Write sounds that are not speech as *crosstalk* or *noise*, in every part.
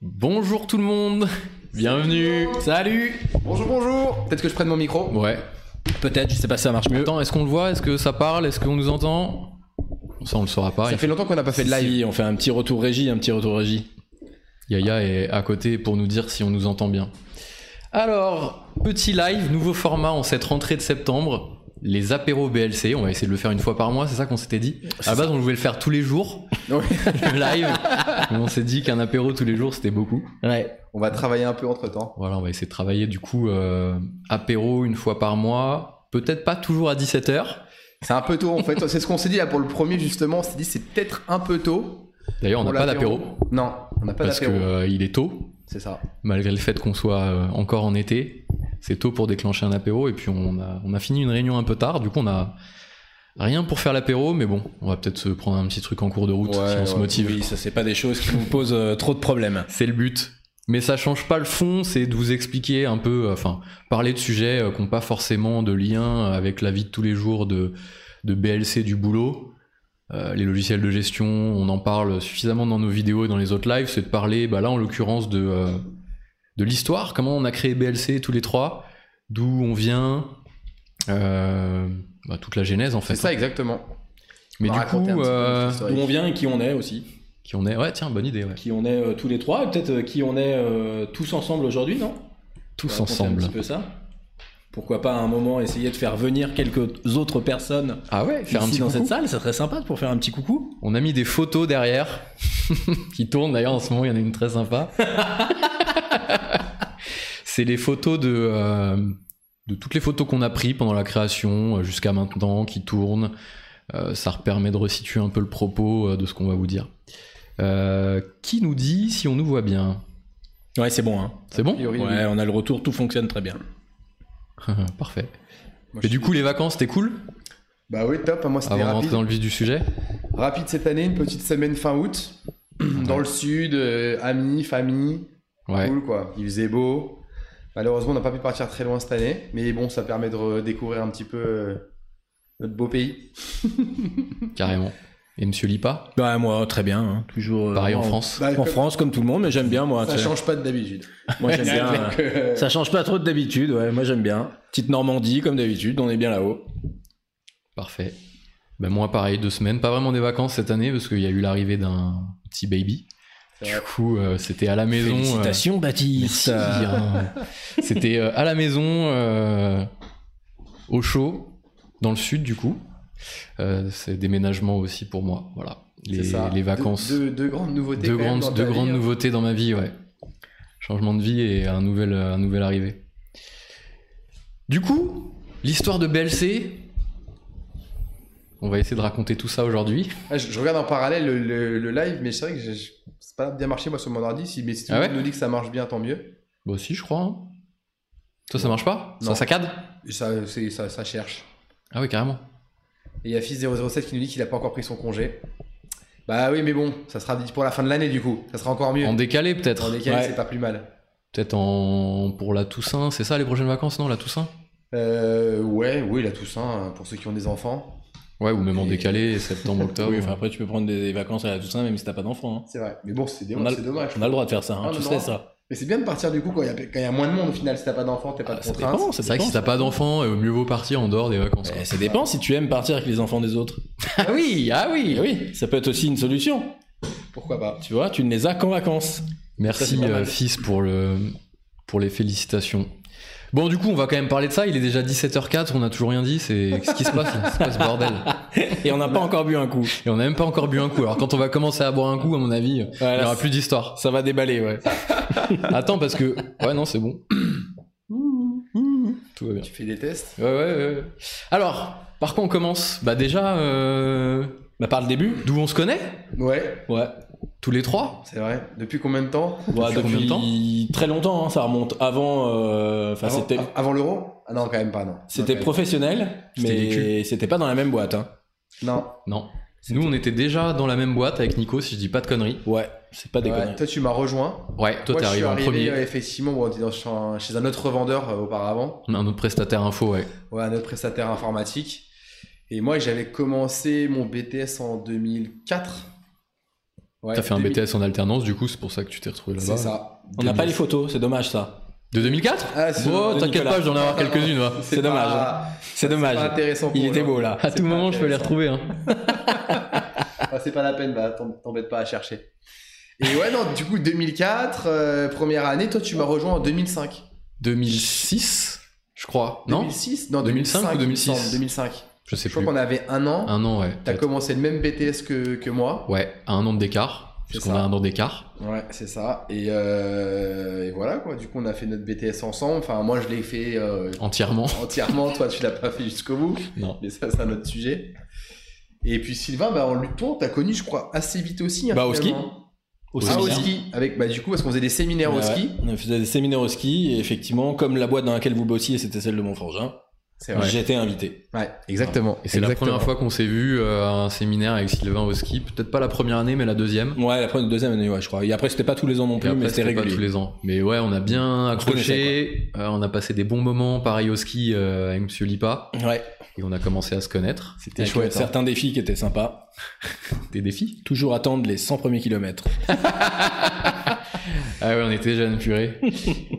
Bonjour tout le monde, bienvenue, salut Bonjour, bonjour Peut-être que je prenne mon micro Ouais, peut-être, je sais pas si ça marche mieux. Attends, est-ce qu'on le voit Est-ce que ça parle Est-ce qu'on nous entend Ça on le saura pas. Ça fait longtemps qu'on n'a pas fait de live. Si, on fait un petit retour régie, un petit retour régie. Yaya est à côté pour nous dire si on nous entend bien. Alors, petit live, nouveau format en cette rentrée de septembre. Les apéros BLC, on va essayer de le faire une fois par mois, c'est ça qu'on s'était dit. À la base, on voulait le faire tous les jours, Ouais. le *laughs* live, mais on s'est dit qu'un apéro tous les jours, c'était beaucoup. Ouais. On va travailler un peu entre temps. Voilà, on va essayer de travailler du coup euh, apéro une fois par mois, peut-être pas toujours à 17h. C'est un peu tôt en fait. C'est ce qu'on s'est dit là pour le premier justement. On s'est dit c'est peut-être un peu tôt. D'ailleurs, on n'a Pour pas l'apéro. d'apéro Non, on n'a pas parce euh, d'apéro. qu'il est tôt, C'est ça. malgré le fait qu'on soit euh, encore en été. C'est tôt pour déclencher un apéro et puis on a, on a fini une réunion un peu tard, du coup on a rien pour faire l'apéro, mais bon, on va peut-être se prendre un petit truc en cours de route si on se motive. Oui, ça c'est pas des choses qui nous posent euh, trop de problèmes. C'est le but. Mais ça change pas le fond, c'est de vous expliquer un peu, euh, enfin, parler de sujets euh, qui n'ont pas forcément de lien avec la vie de tous les jours de, de BLC du boulot. Euh, les logiciels de gestion, on en parle suffisamment dans nos vidéos et dans les autres lives, c'est de parler, bah là en l'occurrence, de, euh, de l'histoire, comment on a créé BLC tous les trois, d'où on vient, euh, bah, toute la genèse en fait. C'est ça exactement. Mais On va du raconter un coup, petit peu euh, notre histoire. D'où on vient et qui on est aussi. qui on est Ouais, tiens, bonne idée, ouais. Qui on est euh, tous les trois et peut-être euh, qui on est euh, tous ensemble aujourd'hui, non On Tous va raconter Un ensemble. petit peu ça. Pourquoi pas à un moment essayer de faire venir quelques autres personnes Ah ouais, faire un ici petit dans coucou. cette salle, ça serait sympa pour faire un petit coucou. On a mis des photos derrière *laughs* qui tournent. D'ailleurs, en ce moment, il y en a une très *laughs* sympa. C'est les photos de, euh, de toutes les photos qu'on a prises pendant la création euh, jusqu'à maintenant qui tournent. Euh, ça permet de resituer un peu le propos euh, de ce qu'on va vous dire. Euh, qui nous dit si on nous voit bien Ouais, c'est bon. Hein. C'est bon priori, oui. Ouais, on a le retour, tout fonctionne très bien. *laughs* Parfait. Moi, je Et du suis- coup, les vacances, c'était cool Bah oui, top. Moi c'était Avant de rapide. rentrer dans le vif du sujet Rapide cette année, une petite semaine fin août. *clears throat* Dans le sud, euh, amis, famille. Ouais. Cool quoi. Il faisait beau. Malheureusement, on n'a pas pu partir très loin cette année. Mais bon, ça permet de redécouvrir un petit peu euh, notre beau pays. Carrément. Et monsieur Lipa Bah moi, très bien. hein. Toujours. euh, Pareil en France. Bah, En France, comme tout le monde, mais j'aime bien moi. Ça tu sais. change pas de d'habitude. Moi *laughs* j'aime bien. euh, Donc, euh, Ça change pas trop de d'habitude, ouais, moi j'aime bien. Petite Normandie, comme d'habitude, on est bien là-haut. Parfait. Ben moi, pareil, deux semaines. Pas vraiment des vacances cette année parce qu'il y a eu l'arrivée d'un petit baby. C'est Du vrai. coup, euh, c'était à la maison. euh, merci, Baptiste hein. C'était euh, à la maison, euh, au chaud, dans le sud, du coup. Euh, c'est déménagement aussi pour moi. Voilà. Les, C'est ça. les vacances. Deux, deux- deux grandes nouveautés. Deux quand même dans grandes, ta deux vie, grandes hein. nouveautés dans ma vie, ouais. Changement de vie et un nouvel, euh, un nouvel arrivé. Du coup, l'histoire de BLC, on va essayer de raconter tout ça aujourd'hui. Ah, je, je regarde en parallèle le, le- le live, mais c'est vrai que j'ai- j'ai- c'est pas bien marché moi sur mon ordi. Si, mais si tout le Ah monde ouais nous dit que ça marche bien, tant mieux. Bah si, je crois. hein. Toi, ça marche pas Non. Ça saccade Et Ça, c'est- ça, ça cherche. Ah oui, carrément. Et il y a Fils007 qui nous dit qu'il a pas encore pris son congé. Bah oui, mais bon, ça sera dit pour la fin de l'année du coup. Ça sera encore mieux. En décalé En peut-être décalé, Ouais. c'est pas plus mal. Peut-être en... pour la Toussaint, c'est ça les prochaines vacances, non La Toussaint Euh, ouais, oui, la Toussaint, hein, pour ceux qui ont des enfants. Ouais, ou même en Et- décalé, septembre, octobre. *laughs* Oui, enfin, après, tu peux prendre des vacances à la Toussaint, même si t'as pas d'enfant. hein. C'est vrai. Mais bon, c'est des- On, a c'est dommage. on a le droit de faire ça, hein, Ah, tu le sais droit. ça. Mais c'est bien de partir du coup quand il y, a- quand il y a moins de monde au final. Si t'as pas d'enfants, t'es pas de Ah, ça contraintes. dépend, ça C'est vrai que dépend. si t'as pas d'enfant, euh, mieux vaut partir en dehors des vacances. quoi. Eh, ça dépend si tu aimes partir avec les enfants des autres. Ah oui, ah Eh oui, ça peut être aussi une solution. Pourquoi pas Tu vois, tu ne les as qu'en vacances. Ça, Merci c'est pas mal. euh, fils pour le pour les félicitations. Bon du coup on va quand même parler de ça, il est déjà 17h04, on n'a toujours rien dit, c'est qu'est-ce qui se passe là C'est quoi ce bordel Et on n'a pas encore bu un coup. Et on n'a même pas encore bu un coup. Alors quand on va commencer à boire un coup à mon avis, Ouais, il là, n'y aura plus d'histoire. Ça va déballer, ouais. *laughs* Attends parce que ouais non, c'est bon. Tout va bien. Tu fais des tests Ouais ouais ouais. ouais. Alors, par quoi on commence Bah déjà euh, Bah, par le début d'où on se connaît Ouais. Ouais. tous les trois C'est vrai. Depuis combien de temps Bah, Depuis combien de depuis très longtemps, hein, ça remonte. Avant, euh, enfin, Avant, c'était. av- avant l'euro Ah non, quand même pas, non. C'était Non, quand professionnel, C'était des mais c'était pas dans la même boîte. Hein. même. Non. Non. Nous on était déjà dans la même boîte avec Nico si je dis pas de conneries. Ouais, c'est pas des Ouais, conneries. toi, tu m'as rejoint. Ouais, toi t'es Moi, je suis arrivé en premier. euh, Effectivement, bon, on était dans- chez un, chez un autre revendeur euh, auparavant, Un autre prestataire info, ouais. ouais, un autre prestataire informatique. Et moi, j'avais commencé mon BTS en 2004. Ouais, T'as fait un 2000, BTS en alternance, du coup, c'est pour ça que tu t'es retrouvé là-bas. C'est ça. On n'a 2000. pas les photos, c'est dommage ça. De 2004 Ah, c'est- Oh, de t'inquiète hein. Nicolas. pas, je dois en avoir quelques-unes, va. c'est dommage, pas- C'est c'est pas dommage. intéressant pour Il était le- beau là. À tout pas moment, je peux les intéressant. retrouver. Hein. Ah, c'est pas la peine, bah, t'em- t'embêtes pas à chercher. Et ouais, non, du coup, 2004, euh, première année, toi tu m'as rejoint en 2005. 2006, je crois. Non 2006 Non, 2005 ou il me 2006? semble, 2005. Je sais Je crois plus. qu'on avait un an. Un an, ouais. T'as peut-être. commencé le même BTS que, que moi. Ouais, à un an d'écart. C'est Parce qu'on ça. a un an d'écart. Ouais, c'est ça. Et, euh, et voilà, quoi. Du coup, on a fait notre BTS ensemble. Enfin, moi, je l'ai fait euh, Entièrement. entièrement. Toi, tu l'as pas fait jusqu'au bout. Non. Mais ça, c'est un autre sujet. Et puis, Sylvain, bah, en Luton, t'as connu, je crois, assez vite aussi. hein, Bah, au ski. finalement. Ah, au séminaire. ski. Avec, bah, du coup, parce qu'on faisait des séminaires au Ouais, ski. ouais. On faisait des séminaires au ski et effectivement, comme la boîte dans laquelle vous bossiez, c'était celle de mon frangin, C'est vrai. j'étais invité. Ouais, exactement. Et c'est la Exactement. première fois qu'on s'est vu euh, à un séminaire avec Sylvain au ski. Peut-être pas la première année, mais la deuxième. Ouais, la première, deuxième année, ouais, je crois. Et après, c'était pas tous les ans non Et plus, après, mais c'était c'était pas régulier. tous les ans. Mais ouais, on a bien On se connaissait, accroché. euh, on a passé des bons moments, pareil au ski euh, avec Monsieur Lipa. Ouais, Et on a commencé à se connaître. c'était chouette, hein. Certains défis qui étaient sympas. Des défis. Toujours attendre les 100 premiers kilomètres. Ah ouais, on était jeunes, *laughs* purée.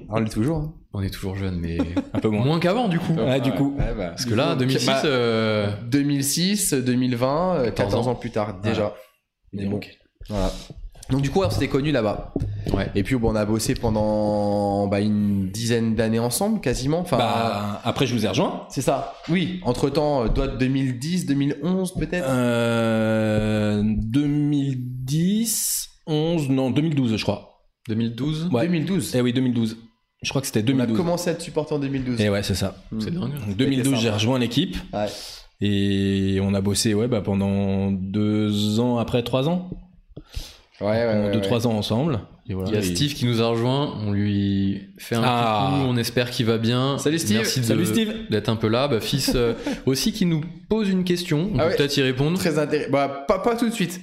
On l'est toujours. hein. on est toujours jeunes, *laughs* mais Un peu moins. moins qu'avant du coup. Ouais, du coup. Ouais, bah. Parce que là, 2006, Bah, euh, 2006, 2020, euh, 14 14 ans. ans plus tard déjà. Mais Mais bon. bon. Voilà. Donc du coup, on s'était connus là-bas. ouais. Et puis bon, on a bossé pendant bah, une dizaine d'années ensemble, quasiment. Enfin, Bah, après, je vous ai rejoint. c'est ça. Oui. euh, Entre temps, doit 2010, 2011 peut-être. Euh, 2010, 11, non, 2012, je crois. 2012. Ouais. 2012. Eh oui, 2012. Je crois que c'était On a 2012. commencé à te supporter en 2012. Et Eh ouais, c'est ça. Mm. C'est dingue. hein. Donc, 2012, sympa. j'ai rejoint l'équipe. Ouais. Et on a bossé ouais, bah, pendant deux ans, après trois ans. Ouais, ouais, Pendant ouais, deux, ouais. trois ans ensemble. Et voilà, Il y a et- Steve qui nous a rejoint, on lui fait un Ah. petit coucou, on espère qu'il va bien. Salut Steve. Merci de- Salut Steve d'être un peu là. Bah, fils *laughs* euh, aussi qui nous pose une question, on Ah peut ouais. peut-être y répondre. Très intéressant. Bah, pas, pas tout de suite.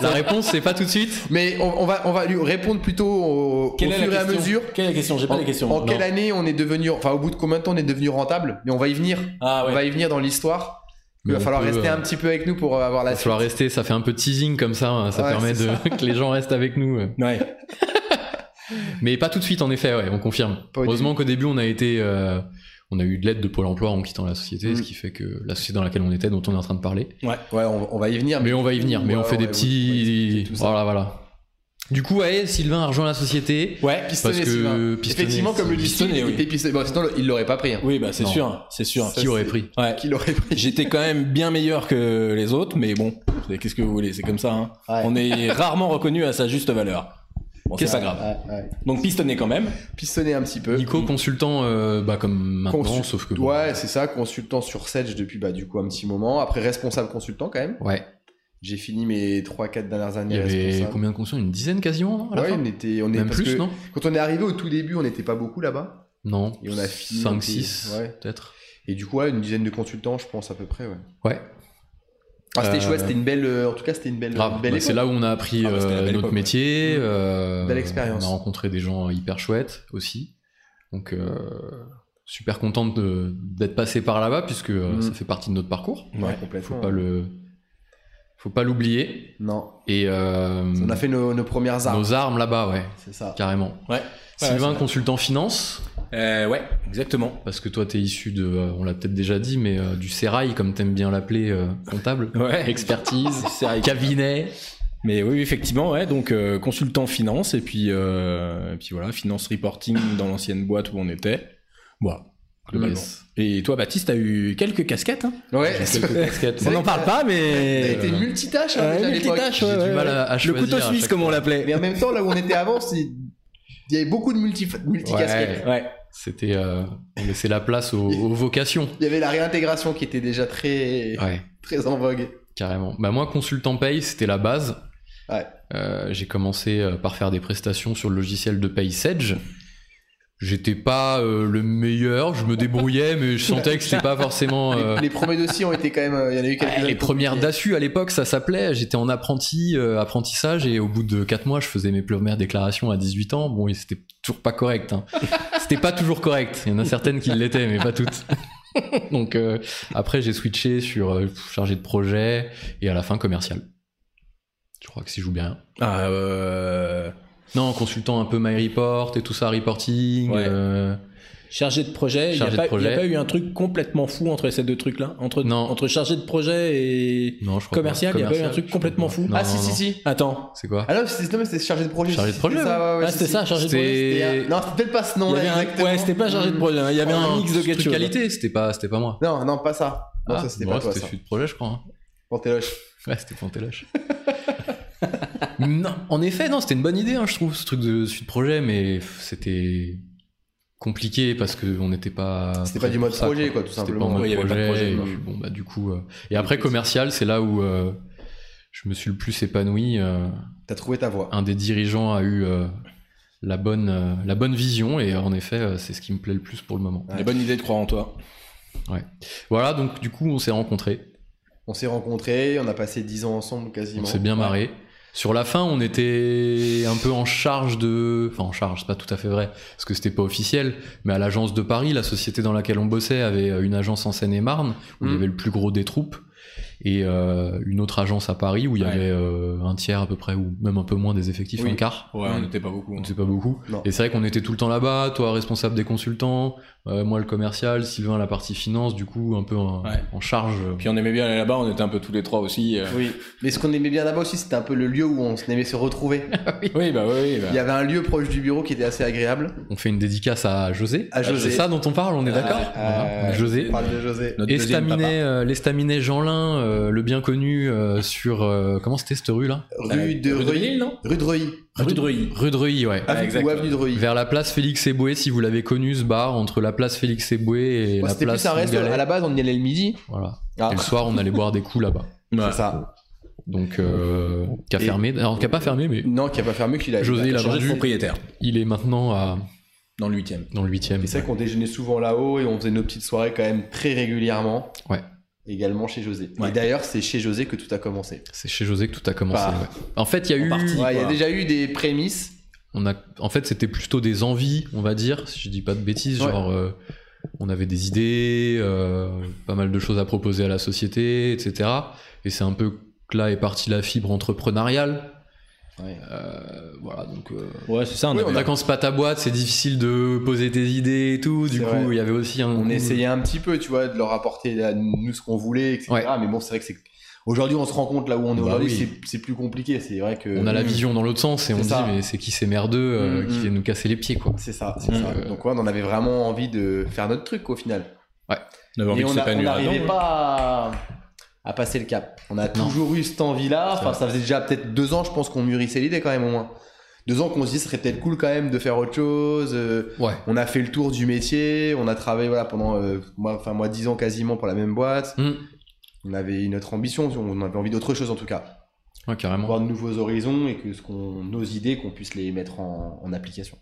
La réponse c'est pas tout de suite. Mais on, on va, on va lui répondre plutôt au, au fur Quelle est et la à question mesure. Quelle est la question J'ai pas En, la question. en Non. quelle année on est devenu, enfin au bout de combien de temps on est devenu rentable Mais on va y venir. Ah On ouais. va y venir dans l'histoire. Il Mais va on falloir peut, rester euh, un petit peu avec nous pour euh, avoir Il la va falloir suite. rester, ça fait un peu de teasing comme ça, hein, ça Ouais, permet c'est de, *laughs* que les gens restent avec nous. ouais. Ouais. Mais pas tout de suite en effet, ouais, on confirme. Pas au Heureusement qu'au début on a été, euh, on a eu de l'aide de Pôle Emploi en quittant la société, Mm. ce qui fait que la société dans laquelle on était, dont on est en train de parler. Ouais, on, on va y venir. Mais on va y venir, mais Ouais, on fait ouais, des ouais, petits. ouais, tout ça. Voilà, voilà. Du coup, ouais, Sylvain a rejoint la société. Ouais. Pistonné, Parce Sylvain. que pistonné, Effectivement, comme le dit Pistonné, Steve, il oui. était pistonné. Bon, sinon, il l'aurait pas pris. hein. Oui, bah c'est Non. sûr, c'est sûr. Ça, qui aurait c'est- pris Ouais. Qu'il l'aurait pris. J'étais quand même bien meilleur que les autres, mais bon, c'est- qu'est-ce que vous voulez, c'est comme ça. hein. On est rarement reconnu à sa juste valeur. Bon, c'est Ouais, pas grave. ouais, ouais. Donc pistonné quand même. Pistonné un petit peu. Nico, consultant, euh, bah comme maintenant, Consul- sauf que. bon. Ouais, c'est ça, consultant sur Sedge depuis bah, du coup un petit moment. Après, responsable consultant quand même. Ouais. J'ai fini mes 3-4 dernières Il années y avait responsable. combien de consultants Une dizaine quasiment, non, à la Ouais, fin on était, on est, Même parce plus, que non Quand on est arrivé au tout début, on n'était pas beaucoup là-bas. Non. Et on a fini, on 5, était- 6, ouais. peut-être. Et du coup, ouais, une dizaine de consultants, je pense à peu près. Ouais. Ouais, Ah, c'était Euh, chouette, c'était une belle. euh, En tout cas, c'était une belle. grave. belle Bah, c'est époque. là où on a appris Ah, bah, c'était euh, la belle notre époque, ouais. Mmh. métier. euh, Belle expérience. On a rencontré des gens hyper chouettes aussi. Donc, euh, super contente de- d'être passé par là-bas, puisque euh, Mm. ça fait partie de notre parcours. Ouais, Mmh. Ouais. Faut complètement. pas le. Faut pas l'oublier. Non. Et euh, On a fait nos, nos premières armes. nos armes là-bas, ouais, C'est ça. carrément. Ouais. Sylvain, ouais, consultant finance, c'est- Euh, ouais, exactement. parce que toi, t'es issu de, euh, on l'a peut-être déjà dit, mais euh, du sérail, comme t'aimes bien l'appeler, euh, comptable, Ouais. expertise, *laughs* C'est vrai. cabinet. Mais oui, effectivement, ouais. Donc euh, consultant finance et puis euh, et puis voilà, finance *coughs* reporting dans l'ancienne boîte où on était. Voilà. globalement. Yes. Et toi, Baptiste, t'as eu quelques casquettes. hein. Ouais. J'ai quelques *laughs* Euh, casquettes. on n'en parle *laughs* pas, T'as mais été multitâche hein, Ouais, déjà à l'époque. multitâche, J'ai ouais, du ouais, mal ouais. à- à le choisir couteau à suisse, chaque comme on Mais l'appelait. en même temps, là où on était avant, c'est- il y avait beaucoup de multi multicasquettes. Ouais. Ouais. C'était, euh, on laissait la place aux, aux vocations. Il y avait la réintégration qui était déjà très, Ouais, très en vogue. carrément. Bah moi, consultant paye, c'était la base. Ouais. Euh, j'ai commencé euh, par faire des prestations sur le logiciel de PaySage. J'étais pas euh, le meilleur, je me débrouillais, mais je sentais que c'était pas forcément. euh, Les premiers dossiers ont été quand même. euh, Il y en a eu quelques-uns. Ouais, les premières DASU à l'époque, ça s'appelait. J'étais en apprenti, euh, apprentissage, et au bout de 4 mois, je faisais mes premières déclarations à 18 ans. Bon, et c'était toujours pas correct. *laughs* hein. C'était pas toujours correct. Il y en a certaines qui l'étaient, mais pas *laughs* toutes. Donc euh, après, j'ai switché sur euh, chargé de projet et à la fin commercial. Je crois que si je joue bien. Ah, euh, Non, consultant un peu My Report et tout ça, reporting. Ouais. euh, Chargé de projet, il n'y a, Chargé de pas- il y a projet. pas eu un truc complètement fou entre ces deux trucs-là entre, Non. entre chargé de projet et... Non, je crois Commercial, pas. y a pas eu un truc je complètement crois pas. fou Non, ah si, non, si, non. si. Attends. C'est quoi Ah non, c'était non, mais c'était chargé de projet. Chargé de c'était projet, ça, ouais, ouais, ah, si, c'était si. ça, chargé de projet C'était- C'était un- Non, c'était peut-être pas ce nom-là. Il y avait un- exactement. Mm. Ouais, c'était pas chargé de projet, hein. il y avait un mix de Oh, truc quelque chose. qualité, c'était pas, c'était pas moi. Non, non, pas ça. Non, Ah, ça c'était bon, pas toi. C'était ça. celui de projet, je crois. hein. Pantéloche. Ouais, c'était *laughs* Panteloche. non, en effet, non, c'était une bonne idée, hein, je trouve, ce truc de suite projet, mais pff, c'était compliqué parce que on n'était pas. C'était prêt pas du pour mode projet, quoi, tout C'était pas simplement. en mode Ouais, il y avait pas de projet. projet, et quoi. puis, bon, bah, du coup. euh, Et après, commercial, c'est là où euh, je me suis le plus épanoui. euh, T'as trouvé ta voix. un des dirigeants a eu euh, la, bonne, euh, la bonne vision, et euh, en effet, euh, c'est ce qui me plaît le plus pour le moment. Ouais. La bonne idée de croire en toi. Voilà, donc du coup, on s'est rencontrés. On s'est rencontrés, on a passé 10 ans ensemble quasiment. On s'est bien marré. Sur la fin, on était un peu en charge de. Enfin, en charge, c'est pas tout à fait vrai, parce que c'était pas officiel, mais à l'agence de Paris, la société dans laquelle on bossait avait euh, une agence en Seine-et-Marne, où il y Mm. avait le plus gros des troupes, et euh, une autre agence à Paris, où il y Ouais. avait euh, un tiers à peu près, ou même un peu moins des effectifs, Oui. un quart. Ouais, on n'était pas beaucoup. hein. Donc, C'est pas beaucoup. Non. Et c'est vrai qu'on était tout le temps là-bas, toi responsable des consultants, euh, moi le commercial, Sylvain la partie finance, du coup un peu en, Ouais. en charge. Puis on aimait bien aller là-bas, on était un peu tous les trois aussi. euh. Oui, mais ce qu'on aimait bien là-bas aussi, c'était un peu le lieu où on aimait se retrouver. Oui, bah oui, oui. bah. Il y avait un lieu proche du bureau qui était assez agréable. On fait une dédicace à José. À José. Ah, C'est ça dont on parle, on est Ah, d'accord euh, Voilà, José. On parle de José. Notre deuxième papa. Estaminet, euh, l'estaminet Jeanlin, euh, le bien connu euh, sur euh, comment c'était cette euh, rue là Rue de Rue de Reuilly. Lille, non Rue de Reuilly. Rue de Reuilly. Rue de Reuilly, ouais. Ah, Avenue- exact. ou avenue de Reuilly. Vers la place Félix Eboué, si vous l'avez connu ce bar entre la place Félix Eboué et Moi, la C'était place plus un resto. Montgalet. À la base, on y allait le midi. Voilà. Ah, Et le soir, on allait boire des coups là-bas. Ouais. c'est ça. Donc, euh, qui a Et- fermé, alors qui a pas fermé, mais Non, qui a pas fermé, qu'il a. José Il a l'a changé de vendu. propriétaire Il est maintenant à, dans le huitième. dans le huitième. Et c'est vrai qu'on déjeunait souvent là-haut et on faisait nos petites soirées quand même très régulièrement. Ouais. Également chez José. Ouais. Et d'ailleurs, c'est chez José que tout a commencé. C'est chez José que tout a commencé. Bah. ouais. En fait, il y a En eu. partie. Ouais, Il y a quoi. déjà eu des prémices. On a, en fait, c'était plutôt des envies, on va dire, si je dis pas de bêtises. Ouais. Genre, euh, on avait des idées, euh, pas mal de choses à proposer à la société, etc. Et c'est un peu que là est partie la fibre entrepreneuriale. Euh, voilà, donc. euh, Ouais, c'est ça. Oui, en avait- vacances pas ta boîte, c'est difficile de poser tes idées et tout. Du C'est coup, vrai. il y avait aussi un. On coup- essayait un petit peu, tu vois, de leur apporter à nous ce qu'on voulait, etc. Ouais. Mais bon, c'est vrai que c'est. Aujourd'hui, on se rend compte là où on est Bah aujourd'hui, oui. c'est- c'est plus compliqué. C'est vrai que. euh, On a la Mm. vision dans l'autre sens et C'est on ça. dit, mais c'est qui ces merdeux euh, Mm, qui mm. viennent nous casser les pieds, quoi. C'est ça, c'est Mm. ça. Euh. Donc, ouais, on avait vraiment envie de faire notre truc au final. On avait envie Mais de on a- on s'épanouir n'arrivait là-dedans, pas à, à passer le cap. On a toujours eu cette envie-là. Enfin, ça faisait déjà peut-être deux ans, je pense, qu'on mûrissait l'idée quand même au moins. Deux ans qu'on se dit, ce serait peut-être cool quand même de faire autre chose. Euh, Ouais. on a fait le tour du métier. On a travaillé voilà, pendant, euh, moi, enfin, moi, dix ans quasiment pour la même boîte. Mm. On avait une autre ambition. On avait envie d'autre chose en tout cas. Ouais, carrément. Voir de nouveaux horizons et que ce qu'on, nos idées, qu'on puisse les mettre en, en application.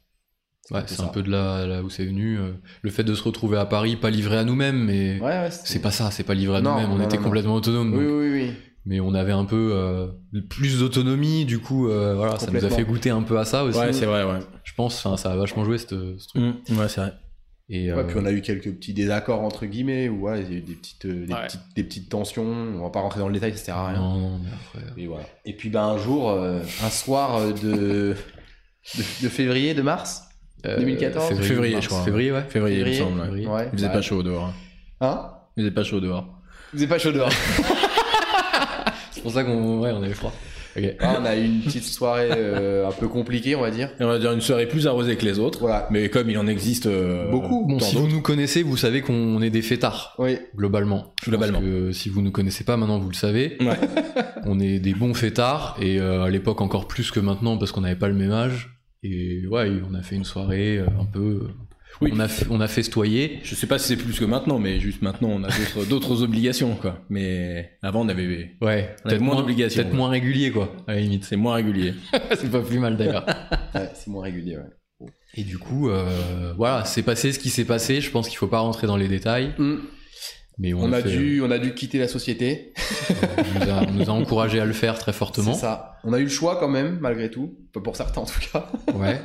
Ouais, plutôt c'est un ça. peu de là, là où c'est venu. euh, Le fait de se retrouver à Paris, pas livré à nous-mêmes, mais Ouais, ouais, c'est pas ça, c'est pas livré à Non, nous-mêmes. On non, était non, complètement autonome, Oui, oui, oui. mais on avait un peu euh, plus d'autonomie. Du coup, euh, voilà, ça nous a Complètement. fait goûter un peu à ça aussi. Ouais, c'est vrai, ouais. je pense, enfin, ça a vachement joué cette- euh, ce truc. Mm. Ouais, c'est vrai. Et Ouais, euh, puis on a eu quelques petits désaccords entre guillemets, ou ouais, il y a eu des petites, euh, des, Ouais. petites, des petites tensions. On va pas rentrer dans le détail, ça sert à rien. non, euh, non, mais après, Et voilà. Et puis ben un jour, euh, un soir euh, de, de de février, de mars, euh, 2014, février, février, mars, je crois. Février, ouais. Février, il me Février. semble. ouais. Février. ouais. Il faisait bah, pas chaud dehors. hein. Hein Il faisait pas chaud dehors. Il faisait pas chaud dehors. C'est pour ça qu'on ouais, on avait froid. Ok. Ah, on a eu une petite soirée euh, un peu compliquée, on va dire. Et on va dire une soirée plus arrosée que les autres. Voilà. Mais comme il en existe euh, Beaucoup. Bon, tant si vous nous connaissez, vous savez qu'on est des fêtards. Oui. Globalement. Je pense Globalement. que si vous ne connaissez pas, maintenant vous le savez. Ouais. *laughs* on est des bons fêtards et euh, à l'époque encore plus que maintenant parce qu'on n'avait pas le même âge. Et ouais, on a fait une soirée euh, un peu. Oui. On a, f- on a festoyé. Je sais pas si c'est plus que maintenant, mais juste maintenant on a d'autres- *laughs* d'autres obligations quoi. Mais avant on avait Ouais. On avait Peut-être moins moins, d'obligations, peut-être ouais. moins régulier quoi, à la limite. c'est moins régulier. C'est pas plus mal *laughs* d'ailleurs. Ouais, c'est moins régulier. Ouais. et du coup, euh, voilà, c'est passé ce qui s'est passé. Je pense qu'il faut pas rentrer dans les détails, Mm. mais on, On, a fait- euh, dû, on a dû quitter la société. on nous a, on nous a encouragé à le faire très *laughs* C'est fortement. ça. On a eu le choix quand même, malgré tout. Pas pour certains en tout cas. Ouais.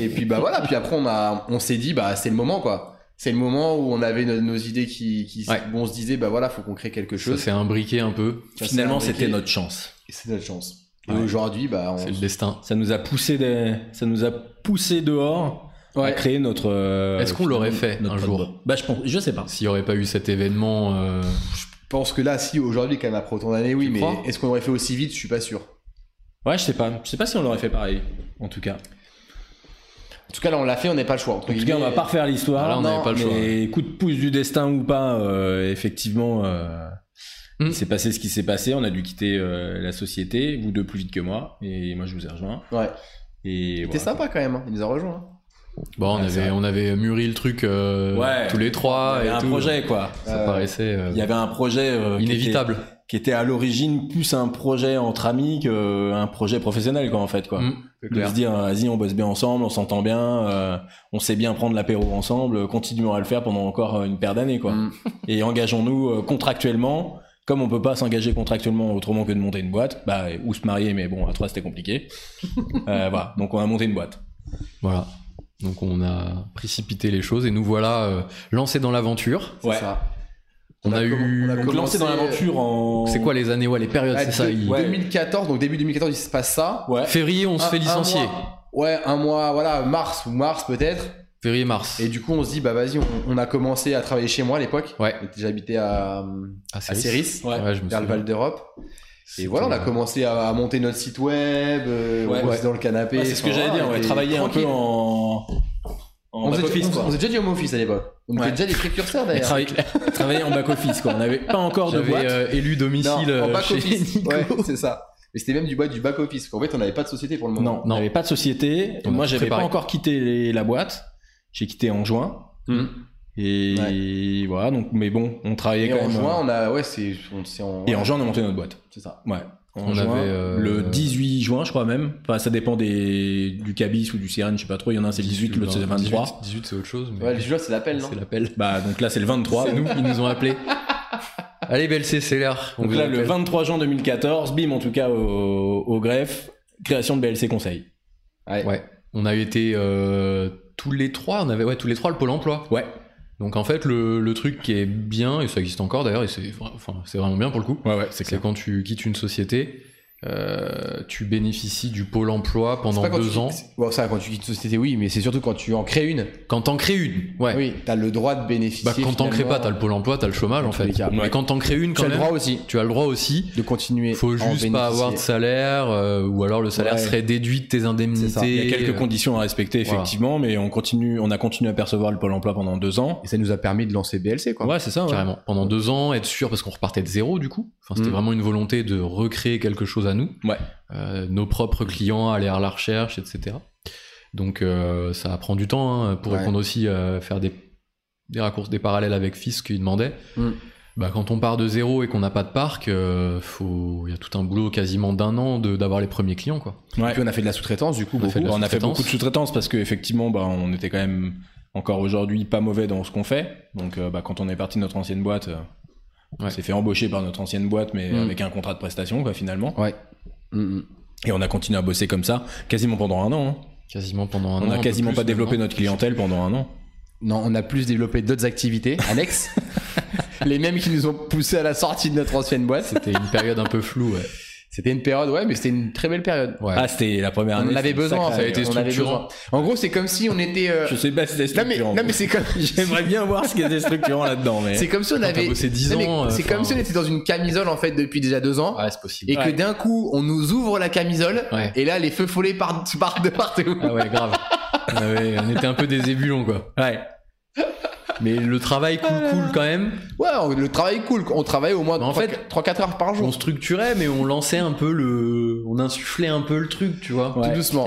Et puis bah voilà, puis après on a, on s'est dit bah c'est le moment quoi. C'est le moment où on avait nos, nos idées qui, qui Ouais. bon, on se disait bah voilà, faut qu'on crée quelque Ça chose. s'est imbriqué un peu. Ça s'est Finalement imbriqué c'était notre chance. et c'est notre chance. Et Ouais. aujourd'hui, bah, on- C'est le destin. Ça nous a poussé, des- ça nous a poussé dehors à Ouais. créer notre. euh, Est-ce qu'on l'aurait fait Notre un pot de jour bois. Bah, je pense, je sais pas. S'il n'y aurait pas eu cet événement. euh, je pense que là, si aujourd'hui, quand même, après autant d'années, oui, Tu mais crois est-ce qu'on aurait fait aussi vite Je suis pas sûr. Ouais, je sais pas. Je sais pas si on l'aurait fait pareil. En tout cas. En tout cas, là, on l'a fait, on n'est pas le choix. entre En tout cas, on va guillemets. pas refaire l'histoire. Là, on non, n'avait pas le choix. Mais coup de pouce du destin ou pas, euh, effectivement, euh, Hmm. il s'est passé ce qui s'est passé. On a dû quitter euh, la société, vous deux plus vite que moi, et moi je vous ai rejoint. Ouais. Et C'était voilà. sympa quand même, hein. il nous a rejoints. hein. Bon, bah, on, Ouais, c'est avait, vrai. on avait mûri le truc euh, Ouais. tous les Il y trois. avait Ah, et un tout. projet quoi. Ça Euh, paraissait euh, Il y avait un projet euh, qui inévitable. était- qui était à l'origine plus un projet entre amis qu'un projet professionnel quoi en fait quoi. Mm. de se dire vas-y on bosse bien ensemble on s'entend bien euh, on sait bien prendre l'apéro ensemble euh, continuons à le faire pendant encore euh, une paire d'années quoi Mm. *laughs* et engageons-nous euh, contractuellement comme on peut pas s'engager contractuellement autrement que de monter une boîte bah ou se marier mais bon à trois c'était compliqué Euh, voilà donc on a monté une boîte Voilà. Donc on a précipité les choses et nous voilà euh, lancés dans l'aventure. C'est ouais ça. On, a, a com- eu. on a donc commencé- lancé dans l'aventure en euh, C'est quoi les années Ouais, les périodes, Ah, c'est ça. de- il- ouais. 2014, donc début 2014, il se passe ça. ouais Février, on se Un- fait un licencier. mois. ouais, un mois, voilà, mars ou mars peut-être. Février-mars. Et du coup, on se dit, bah vas-y, on, on a commencé à travailler chez moi à l'époque. Ouais. J'habitais à, euh, À à Céris, Ouais. Ouais, je me vers le souviens. Val d'Europe. Et C'était- voilà, on a commencé à, à monter notre site web, euh, Ouais. on bossait Ouais. dans le canapé. Ouais, c'est ce que enfin, j'allais voilà, dire on a était travaillé un peu tranquille. en en On faisait, back office on faisait- quoi on faisait déjà du home office à l'époque. On Ouais. était déjà des précurseurs on d'ailleurs. travaillait, travaillait en back office quoi on n'avait pas encore de boîte J'avais euh, élu Non, domicile en euh, back chez office. Nico. Ouais, c'est ça. Mais c'était même du, bas- du back office. En fait, on n'avait pas de société pour le moment. Non, on n'avait pas de société. On a Moi, tout j'avais pas préparé. encore quitté les- la boîte. J'ai quitté en juin. Ah, Et voilà, donc, mais bon, on travaillait Et, quand en même. juin, euh, on a, ouais, c'est, on, c'est en, Et en juin, on a monté notre boîte. c'est ça. Ouais. En On juin, avait, euh, le 18 juin, je crois même. Enfin, ça dépend des, du cabis ou du CRN, je sais pas trop. Il y en a un, c'est le 18, l'autre, c'est le 23. 18, 18, c'est autre chose. Mais Ouais, le juin, c'est l'appel, non c'est l'appel. Bah, donc là, c'est le 23. C'est nous, ils nous ont appelés. Allez, BLC, c'est l'heure. On *laughs* Donc vous là, le appelle. 23 juin 2014, bim, en tout cas, au, au greffe, création de BLC Conseil. Ouais. On a été euh, tous les trois, on avait ouais, tous les trois le pôle emploi. Ouais. Donc en fait, le, le truc qui est bien, et ça existe encore d'ailleurs, et c'est vra- enfin, c'est vraiment bien pour le coup, Ouais, ouais, c'est quand tu quittes une société, euh, tu bénéficies du pôle emploi C'est pendant pas quand deux tu- ans. c'est- Bon, ça, quand tu quittes une société, oui, mais c'est surtout quand tu en crées une. Quand t'en crées une, ouais. Oui, t'as le droit de bénéficier. Bah, quand t'en crées finalement. pas, t'as le pôle emploi, t'as le chômage en tous les fait. cas. Mais Ouais. quand t'en crées une, Tu as quand le même, droit aussi tu as le droit aussi. de continuer. Faut à en juste pas avoir de bénéficier. salaire, euh, ou alors le salaire Ouais. serait déduit de tes indemnités. ça. Il y a quelques euh, conditions à respecter, voilà. effectivement, mais on continue, on a continué à percevoir le Pôle emploi pendant deux ans. Et ça nous a permis de lancer BLC, quoi. Ouais, c'est ça. ouais. Carrément. Pendant deux ans, être sûr, parce qu'on repartait de zéro du coup. Enfin, c'était Mm. vraiment une volonté de recréer quelque chose à nous. Ouais. Euh, nos propres clients, aller à la recherche, etc. Donc euh, ça prend du temps hein, pour Ouais. répondre aussi, euh, faire des, des raccourcis, des parallèles avec Fils qui demandait. Mm. Bah, quand on part de zéro et qu'on n'a pas de parc, euh, faut- il y a tout un boulot quasiment d'un an de- d'avoir les premiers clients. Quoi. Ouais. Et puis on a fait de la sous-traitance, du coup, On a fait de beaucoup. la on a fait sous-traitance. beaucoup de sous-traitance parce qu'effectivement, bah, on était quand même encore aujourd'hui pas mauvais dans ce qu'on fait. Donc, euh, bah, quand on est parti de notre ancienne boîte, euh, on Ouais. s'est fait embaucher par notre ancienne boîte, mais Mm. avec un contrat de prestation, quoi, finalement. Ouais. Mm, mm. Et on a continué à bosser comme ça quasiment pendant un an. hein. Quasiment pendant un an. on un n'a peu quasiment plus hein. pas développé maintenant. notre clientèle pendant un an. Non, on a plus développé d'autres activités *laughs* annexes. les mêmes qui nous ont poussé à la sortie de notre ancienne boîte. C'était une période un peu floue. ouais. C'était une période, ouais, mais c'était une très belle période. Ouais. Ah, c'était la première année. on en avait c'était besoin, sacré, ça a été on en avait structurant. besoin. En gros, c'est comme si on était. euh, Je sais pas si c'était Non, mais, structurant. non, mais *laughs* c'est comme. J'aimerais bien voir ce qui était structurant là-dedans, mais. C'est comme si on t'as avait. bossé 10 Non, mais ans, euh, C'est enfin- comme si on était dans une camisole en fait depuis déjà deux ans. Ouais, c'est possible. Et que d'un coup, on nous ouvre la camisole. Ouais. Et là, les feux follets partent partent de partout. Ah ouais, grave. on, avait- on était un peu des ébulons, quoi. Ouais. Mais le travail cool, cool quand même. Ouais, on- le travail cool. On travaille au moins Mais en fait, 3-4 heures par On jour. structurait, mais on lançait un peu le. On insufflait un peu le truc, tu vois. Ouais. Tout *laughs* doucement.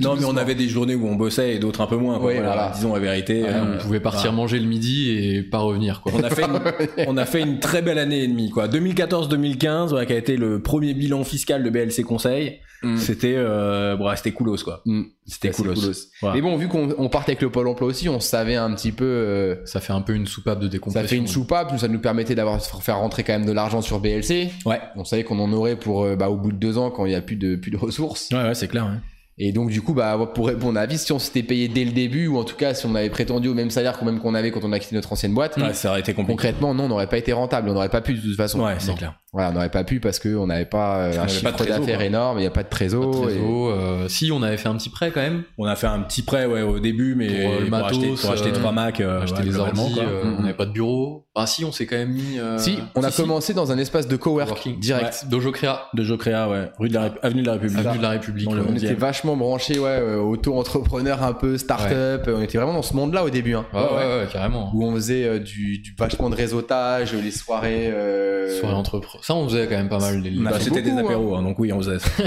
Non, mais on avait des journées où on bossait et d'autres un peu moins. quoi. Ouais, voilà. Disons la vérité. Ouais, euh, on pouvait partir voilà. manger le midi et pas revenir, quoi. On *laughs* a fait une, on a fait une très belle année et demie, quoi. 2014-2015, voilà, qui a été le premier bilan fiscal de BLC Conseil. Mm. C'était, euh, bon, ouais, c'était coolos, quoi. Mm. C'était Ouais, c'est coolos. coolos. Voilà. Mais bon, vu qu'on on partait avec le Pôle emploi aussi, on savait un petit peu. euh, Ça fait un peu une soupape de ça décompression. fait une soupape, nous, ça nous permettait d'avoir faire rentrer quand même de l'argent sur BLC. Ouais. On savait qu'on en aurait pour euh, bah, au bout de deux ans quand il n'y a plus de plus de ressources. Ouais, ouais, c'est clair. hein. Et donc du coup, bah pour répondre à la vie, si on s'était payé dès le début ou en tout cas si on avait prétendu au même salaire qu'on même qu'on avait quand on a quitté notre ancienne boîte, Ouais, ça aurait été compliqué. concrètement non, on n'aurait pas été rentable, on n'aurait pas pu de toute façon. Ouais, c'est Non. clair. Voilà, on n'aurait pas pu parce qu'on n'avait pas euh, On un avait chiffre pas de trésor, d'affaires quoi. énorme, il n'y a pas de Pas trésor. de et- trésor, euh, si, on avait fait un petit prêt quand même. On a fait un petit prêt ouais, au début, mais Pour, euh, le matos, acheter, pour acheter euh, trois Mac, euh, acheter ouais, des globalement, ordi, quoi. euh, Mhm. on n'avait pas de bureau. Ah si, on s'est quand même mis. euh, Si, on a si, commencé dans un espace de cowork Coworking. direct. si, Dojo Créa, De Jocrea, ouais. Rue de la Rép- avenue de la République. Avenue de la République. Dans le ouais. On était Onzième. vachement branché, ouais, euh, auto-entrepreneur un peu, start-up. On était vraiment dans ce monde-là au début. hein. Ouais, ouais, ouais, carrément. Où on faisait euh, du, du vachement de réseautage, les soirées. euh, Soirée entreprise. Ça, on faisait quand même pas mal. Les... Bah, les- fait C'était des beaucoup, hein. apéros, hein, donc oui, on faisait *laughs* ça.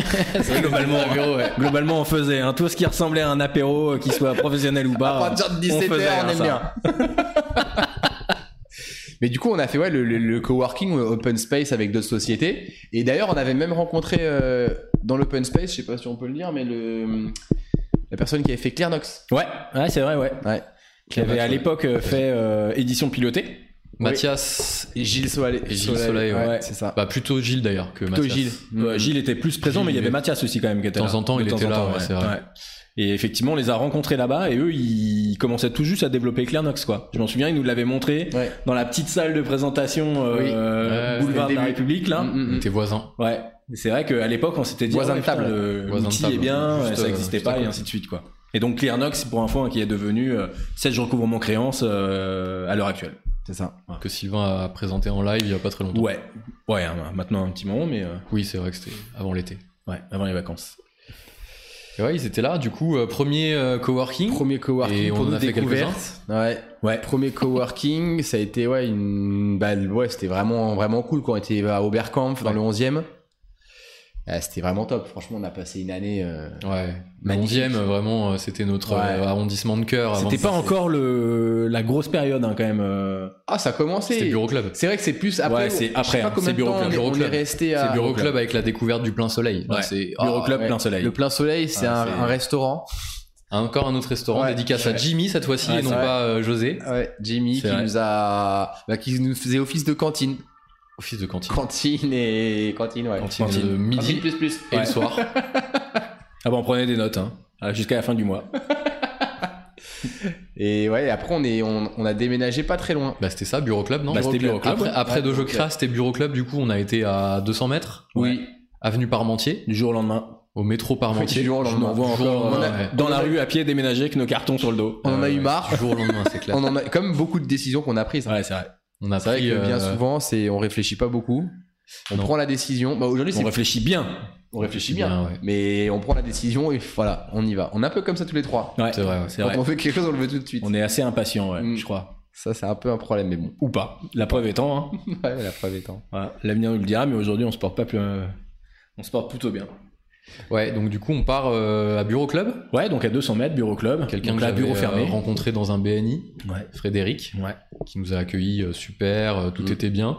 globalement, *laughs* les apéros, ouais. globalement, on faisait hein, tout ce qui ressemblait à un apéro, euh, qu'il soit professionnel ou À pas. partir de Ah, on 17 faisait, heures, on hein, aime ça. bien. *laughs* Mais du coup, on a fait ouais, le, le- le coworking ou le open space avec d'autres sociétés. Et d'ailleurs, on avait même rencontré euh, dans l'open space, je sais pas si on peut le dire, mais le, la personne qui avait fait Claire Knox. Ouais, ouais c'est vrai, ouais. Ouais. Qui avait à l'époque euh, fait euh, édition pilotée. Mathias. Et Gilles Soleil. Et Gilles Solé, ouais, ouais. c'est ça. Bah, plutôt Gilles d'ailleurs que Plutôt Mathias. Mm-hmm. Gilles. Euh, Gilles était plus présent, Gilles, mais il y avait il est- Mathias aussi quand même qui était De là. temps en temps, il était là, ouais, c'est vrai. Et effectivement, on les a rencontrés là-bas et eux, ils commençaient tout juste à développer Clearnox, quoi. Je m'en souviens, ils nous l'avaient montré Ouais. dans la petite salle de présentation euh, Ouais, Oui. boulevard c'était de la le début. République, là. Mm, mm, On mm. était voisins. Ouais. Et C'est vrai qu'à l'époque, on s'était dit, Voisin ah ouais, de table. putain, le- Voisin de l'outil table. est bien, Juste, ça euh, n'existait juste à pas et côté. ainsi de suite, quoi. Et donc Clearnox, pour info, hein, qui est devenu euh, 16 jours recouvrement créance euh, à l'heure actuelle. C'est ça. que Sylvain a présenté en live il y a pas très longtemps. Ouais, ouais, hein, maintenant un petit moment, mais euh, Oui, c'est vrai que c'était avant l'été. ouais, avant les vacances. Et ouais, ils étaient là. Du coup, euh, premier euh, coworking. Premier coworking Et pour on en nos a fait découvertes. Ouais. Ouais, Premier coworking, ça a été ouais une bah, ouais, c'était vraiment vraiment cool quand on était à Oberkampf dans Ouais. le 11e. Ah, c'était vraiment top. Franchement, on a passé une année euh, Ouais. Le Magnifique. 11e, vraiment, euh, c'était notre Ouais. euh, arrondissement de cœur. avant c'était de- pas encore le la grosse période hein, quand même. euh, Ah, ça a commencé. C'était Bureau Club. C'est vrai que c'est plus après. Ouais, c'est je après, sais pas hein, combien c'est de Bureau temps Club, on est- Bureau on est Club. resté C'est à Bureau Club. Club avec la découverte du plein soleil. Là, Ouais. c'est- Bureau Ah, Club ouais. plein soleil. Le plein soleil, c'est Ah, un, c'est- un restaurant. Encore un autre restaurant Ouais. dédicace à Ouais. Jimmy cette fois-ci Ouais, et non c'est vrai. pas euh, José. Ouais, Jimmy C'est qui vrai. nous a bah, qui nous faisait office de cantine. Office de cantine. Cantine et cantine ouais. Cantine, Cantine. le Cantine midi plus plus. et Ouais. le *laughs* soir. Ah bah on prenait des notes hein, ah, jusqu'à la fin du mois. Et ouais, après on est on, on a déménagé pas très loin. Bah, c'était ça, Bureau Club, non Bah, c'était Bureau Club, Après, ouais. après Ouais, Dojo ok. Craft, c'était Bureau Club. Du coup, on a été à 200 mètres. Oui. Avenue Parmentier, Du jour au lendemain. au métro Parmentier. du jour au Je lendemain. me revois Du jour au encore, lendemain, euh, ouais. Dans la rue à pied déménagé avec nos cartons sur le dos. On en a Ouais, eu ouais, marre. Euh, Du jour au lendemain, c'est *laughs* clair. On en a comme beaucoup de décisions qu'on a prises. hein. Ouais, c'est vrai. On a C'est vrai pris, que bien euh, souvent, c'est on réfléchit pas beaucoup. On Non. prend la décision. Bah, aujourd'hui, c'est On réfléchit bien. on réfléchit bien, ouais. mais on prend la décision et voilà, on y va. On est un peu comme ça tous les trois. Ouais, C'est vrai, ouais. c'est Quand vrai. on veut quelque chose, on le veut tout de suite. On est assez impatient, ouais, Mm. je crois. Ça, c'est un peu un problème, mais bon. Ou pas. La preuve étant, hein, *laughs* Ouais, la preuve étant. voilà, l'avenir nous le dira, mais aujourd'hui on se porte pas plus. euh, On se porte plutôt bien. Ouais, donc du coup, on part euh, à Bureau Club. Ouais, donc à 200 mètres, bureau club. Quelqu'un Donc que là, j'avais bureau euh, fermé. rencontré dans un BNI, Ouais. Frédéric, Ouais. qui nous a accueillis euh, super, euh, tout Mm. était bien.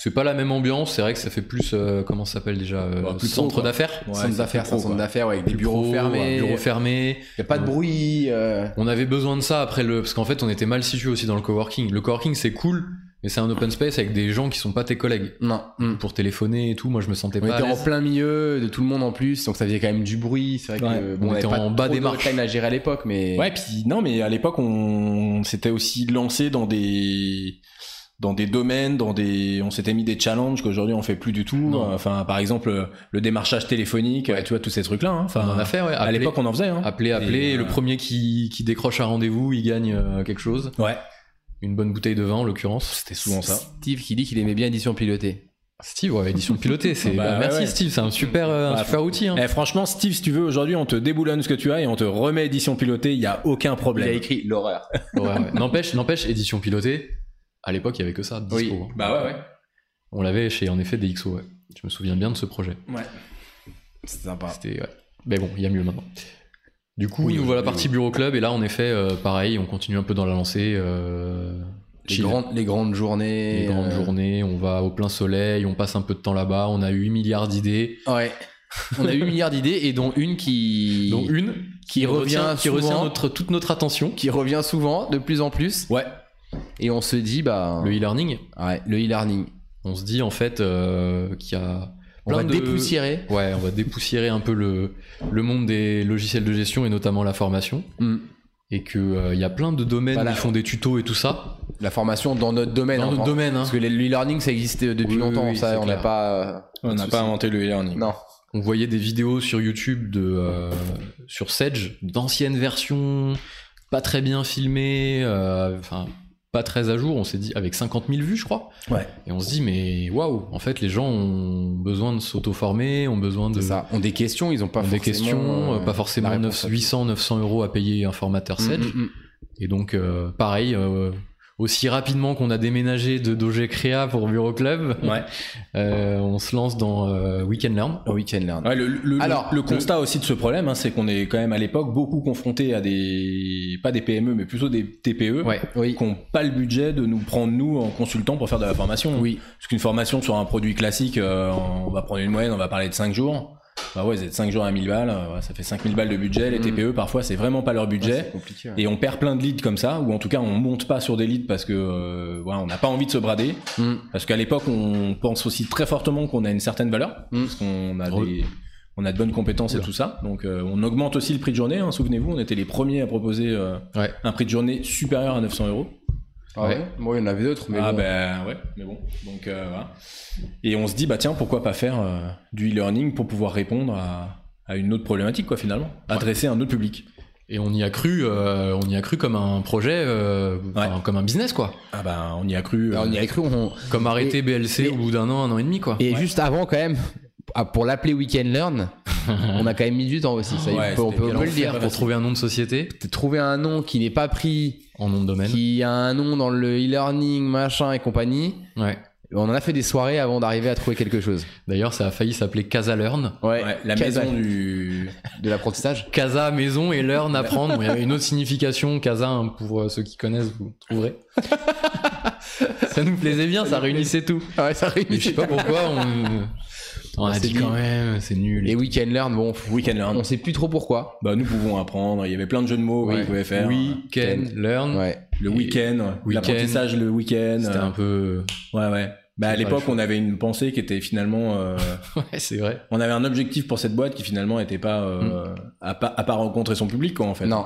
C'est pas la même ambiance, c'est vrai que ça fait plus, euh, comment ça s'appelle déjà, euh, Bah, plus pro, centre quoi. d'affaires. Ouais, centre c'est d'affaires, plus c'est un pro, centre quoi. d'affaires ouais, avec des Plus bureaux pro, euh, ouais, fermés. bureaux fermés. Il n'y a pas de bruit. euh, On avait besoin de ça après le, parce qu'en fait, on était mal situé aussi dans le coworking. Le coworking, c'est cool, mais c'est un open space avec des gens qui sont pas tes collègues. Non. Mm. Pour téléphoner et tout, moi je me sentais On pas. à était en l'aise. plein milieu de tout le monde en plus, donc ça faisait quand même du bruit. C'est vrai Ouais. que bon, On avait était pas en bas trop des de marches. time à gérer à l'époque, mais Ouais, puis non, mais à l'époque, on, on s'était aussi lancé dans des dans des domaines, dans des, on s'était mis des challenges qu'aujourd'hui on fait plus du tout. Non. Enfin, par exemple, le démarchage téléphonique, tu vois tous ces trucs-là. hein. Enfin, On en a fait, ouais. à appeler- l'époque, on en faisait. Hein. Appeler, appeler, Et, et euh, le premier qui, qui décroche un rendez-vous, il gagne euh, quelque chose. Ouais, Une bonne bouteille de vin en l'occurrence. c'était souvent ça. Steve qui dit qu'il aimait bien édition pilotée. Steve, ouais, édition pilotée, c'est. *laughs* Bah, bah, ouais, merci ouais. Steve, c'est un super, euh, un Bah, super *laughs* outil. hein. Eh, franchement, Steve, si tu veux, aujourd'hui, on te déboulonne ce que tu as et on te remet édition pilotée. Il y a aucun Il a problème. écrit l'horreur. Ouais, ouais. N'empêche, n'empêche, édition pilotée. À l'époque, il y avait que ça. de Oui. dispo, hein. Bah ouais, On l'avait chez en effet DxO. Ouais. Je me souviens bien de ce projet. ouais. ouais. C'est sympa. C'était. ouais. Mais bon, il y a mieux maintenant. Du coup, Oui, nous voilà oui, partie oui. bureau club et là, en effet, euh, pareil, on continue un peu dans la lancée. euh, Les, chill. grandes, les grandes journées. Les grandes euh, journées, on va au plein soleil, on passe un peu de temps là-bas, on a 8 milliards d'idées. Ouais. *laughs* On a eu milliards d'idées et dont une qui dont une qui revient qui souvent, retient notre, toute notre attention, qui revient souvent de plus en plus Ouais, et on se dit bah le e-, e-learning. ouais, le e-learning. On se dit en fait euh, qu'il y a On va plein de- dépoussiérer. Ouais, on va dépoussiérer un peu le, le monde des logiciels de gestion et notamment la formation. et que euh, y a plein de domaines Voilà. qui font des tutos et tout ça. La formation dans notre domaine. Dans hein, notre enfin, domaine, hein. Parce que le learning ça existe depuis Oui, longtemps, oui, c'est ça on n'a clair. pas. euh, On n'a pas inventé le e-learning. Non. on voyait des vidéos sur YouTube de euh, sur Sedge d'anciennes versions, pas très bien filmées, euh, enfin pas très à jour. On s'est dit avec 50 000 vues, je crois. Ouais. Et on se dit mais waouh, en fait les gens ont besoin de s'auto-former, ont besoin de C'est ça. Ont des questions, ils ont pas ont des forcément, questions, euh, euh, pas forcément la 900, réponse à tout. 800, 900 euros à payer un formateur Mm, Sedge. mm, mm. Et donc, euh, pareil, euh, aussi rapidement qu'on a déménagé de Doge Créa pour Bureau Club, Ouais. euh, on se lance dans euh, Weekend Learn. Au week-end learn. Ouais, le, le- Alors, le, le constat aussi de ce problème, hein, c'est qu'on est quand même à l'époque beaucoup confronté à des, pas des PME, mais plutôt des TPE, Ouais. Oui. qui n'ont pas le budget de nous prendre nous en consultant pour faire de la formation. Oui. Parce qu'une formation sur un produit classique, euh, on va prendre une moyenne, on va parler de 5 jours. Bah ouais, vous êtes 5 jours à 1000 balles, euh, ouais, ça fait 5000 balles de budget. Les Mhm. TPE, parfois, c'est vraiment pas leur Ouais, budget. c'est compliqué, ouais. et on perd plein de leads comme ça, ou en tout cas, on monte pas sur des leads parce que, euh, voilà, on n'a pas envie de se brader. Mm. Parce qu'à l'époque, on pense aussi très fortement qu'on a une certaine valeur, Mm. parce qu'on a Re- des, on a de bonnes compétences et Oula. tout ça. Donc, euh, on augmente aussi le prix de journée. hein. Souvenez-vous, on était les premiers à proposer euh, Ouais. un prix de journée supérieur à 900 euros. Ah ouais. Bon, il y en avait d'autres, mais ah bon. bah, ben ouais, mais bon. Donc euh, voilà. Et on se dit bah tiens, pourquoi pas faire euh, du e-learning pour pouvoir répondre à, à une autre problématique quoi finalement, adresser à un autre public. Et on y a cru, euh, on y a cru comme un projet, euh, enfin, comme un business, quoi. Ah ben on y a cru. euh, Alors, on y a cru. On... Comme arrêter BLC mais- au bout d'un an, un an et demi, quoi. Et juste avant, quand même, ah, pour l'appeler Weekend Learn, on a quand même mis du temps aussi. Ça, y est, Ouais, on peut, on c'était peut- on quel peut le enfer. dire. pour trouver un nom de société Pour trouver un nom qui n'est pas pris, en nom de domaine. qui a un nom dans le e-learning, machin et compagnie, Ouais. on en a fait des soirées avant d'arriver à trouver quelque chose. D'ailleurs, ça a failli s'appeler Casa Learn. Ouais. euh, ouais, la Casa- maison du. *laughs* De l'apprentissage. Casa maison et Learn apprendre. Bon, Il y avait une autre signification, Casa, hein, pour euh, ceux qui connaissent, vous *laughs* trouverez. ça nous plaisait bien, ça réunissait tout. Ouais, ça Mais je sais pas pourquoi on, on a s'est dit dit- quand même, c'est nul. Ah, Et Weekend Learn, bon, pff, Weekend *laughs* Learn. on sait plus trop pourquoi. Bah nous pouvons apprendre. Il y avait plein de jeux de mots Oui. qu'on pouvait faire. Weekend, learn, Ouais. Le Et- week-end, Week-end. l'apprentissage le week-end. euh, c'était un peu. euh, Ouais ouais. Bah à C'est pas l'époque, le on avait une pensée qui était finalement. euh, Ouais, c'est vrai. on avait un objectif pour cette boîte qui finalement était pas euh, à pas à pas rencontrer son public quoi en fait. Non.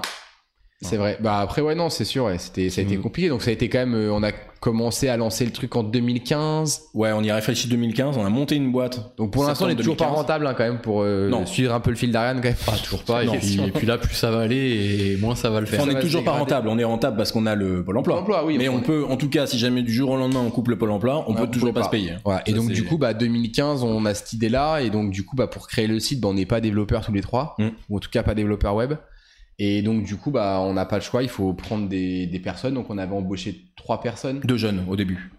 C'est vrai. Bah après ouais non c'est sûr. ouais, C'était ça a été Mm. compliqué donc ça a été quand même. euh, on a commencé à lancer le truc en 2015. Ouais, on y a réfléchi 2015, on a monté une boîte. Donc pour l'instant on est Septembre toujours pas 2015. rentable hein, quand même pour euh, Non. suivre un peu le fil d'Ariane quand même. Ah, toujours pas. Et Non. puis, et puis là, plus ça va aller et moins ça va le faire. Enfin, on va est se toujours pas dégrader. rentable, on est rentable parce qu'on a le Pôle emploi. Pôle emploi, oui, Mais on on peut, en tout cas, si jamais du jour au lendemain on coupe le Pôle emploi, on Ouais, on peut toujours peut pas, pas. se payer. hein. Voilà. Et Ça, donc c'est- du coup bah 2015 on a cette idée là et donc du coup bah pour créer le site bah, on n'est pas développeurs tous les trois Mm. ou en tout cas pas développeurs web. Et donc du coup bah on n'a pas le choix. Il faut prendre des, des personnes donc on avait embauché trois personnes. Deux jeunes au début,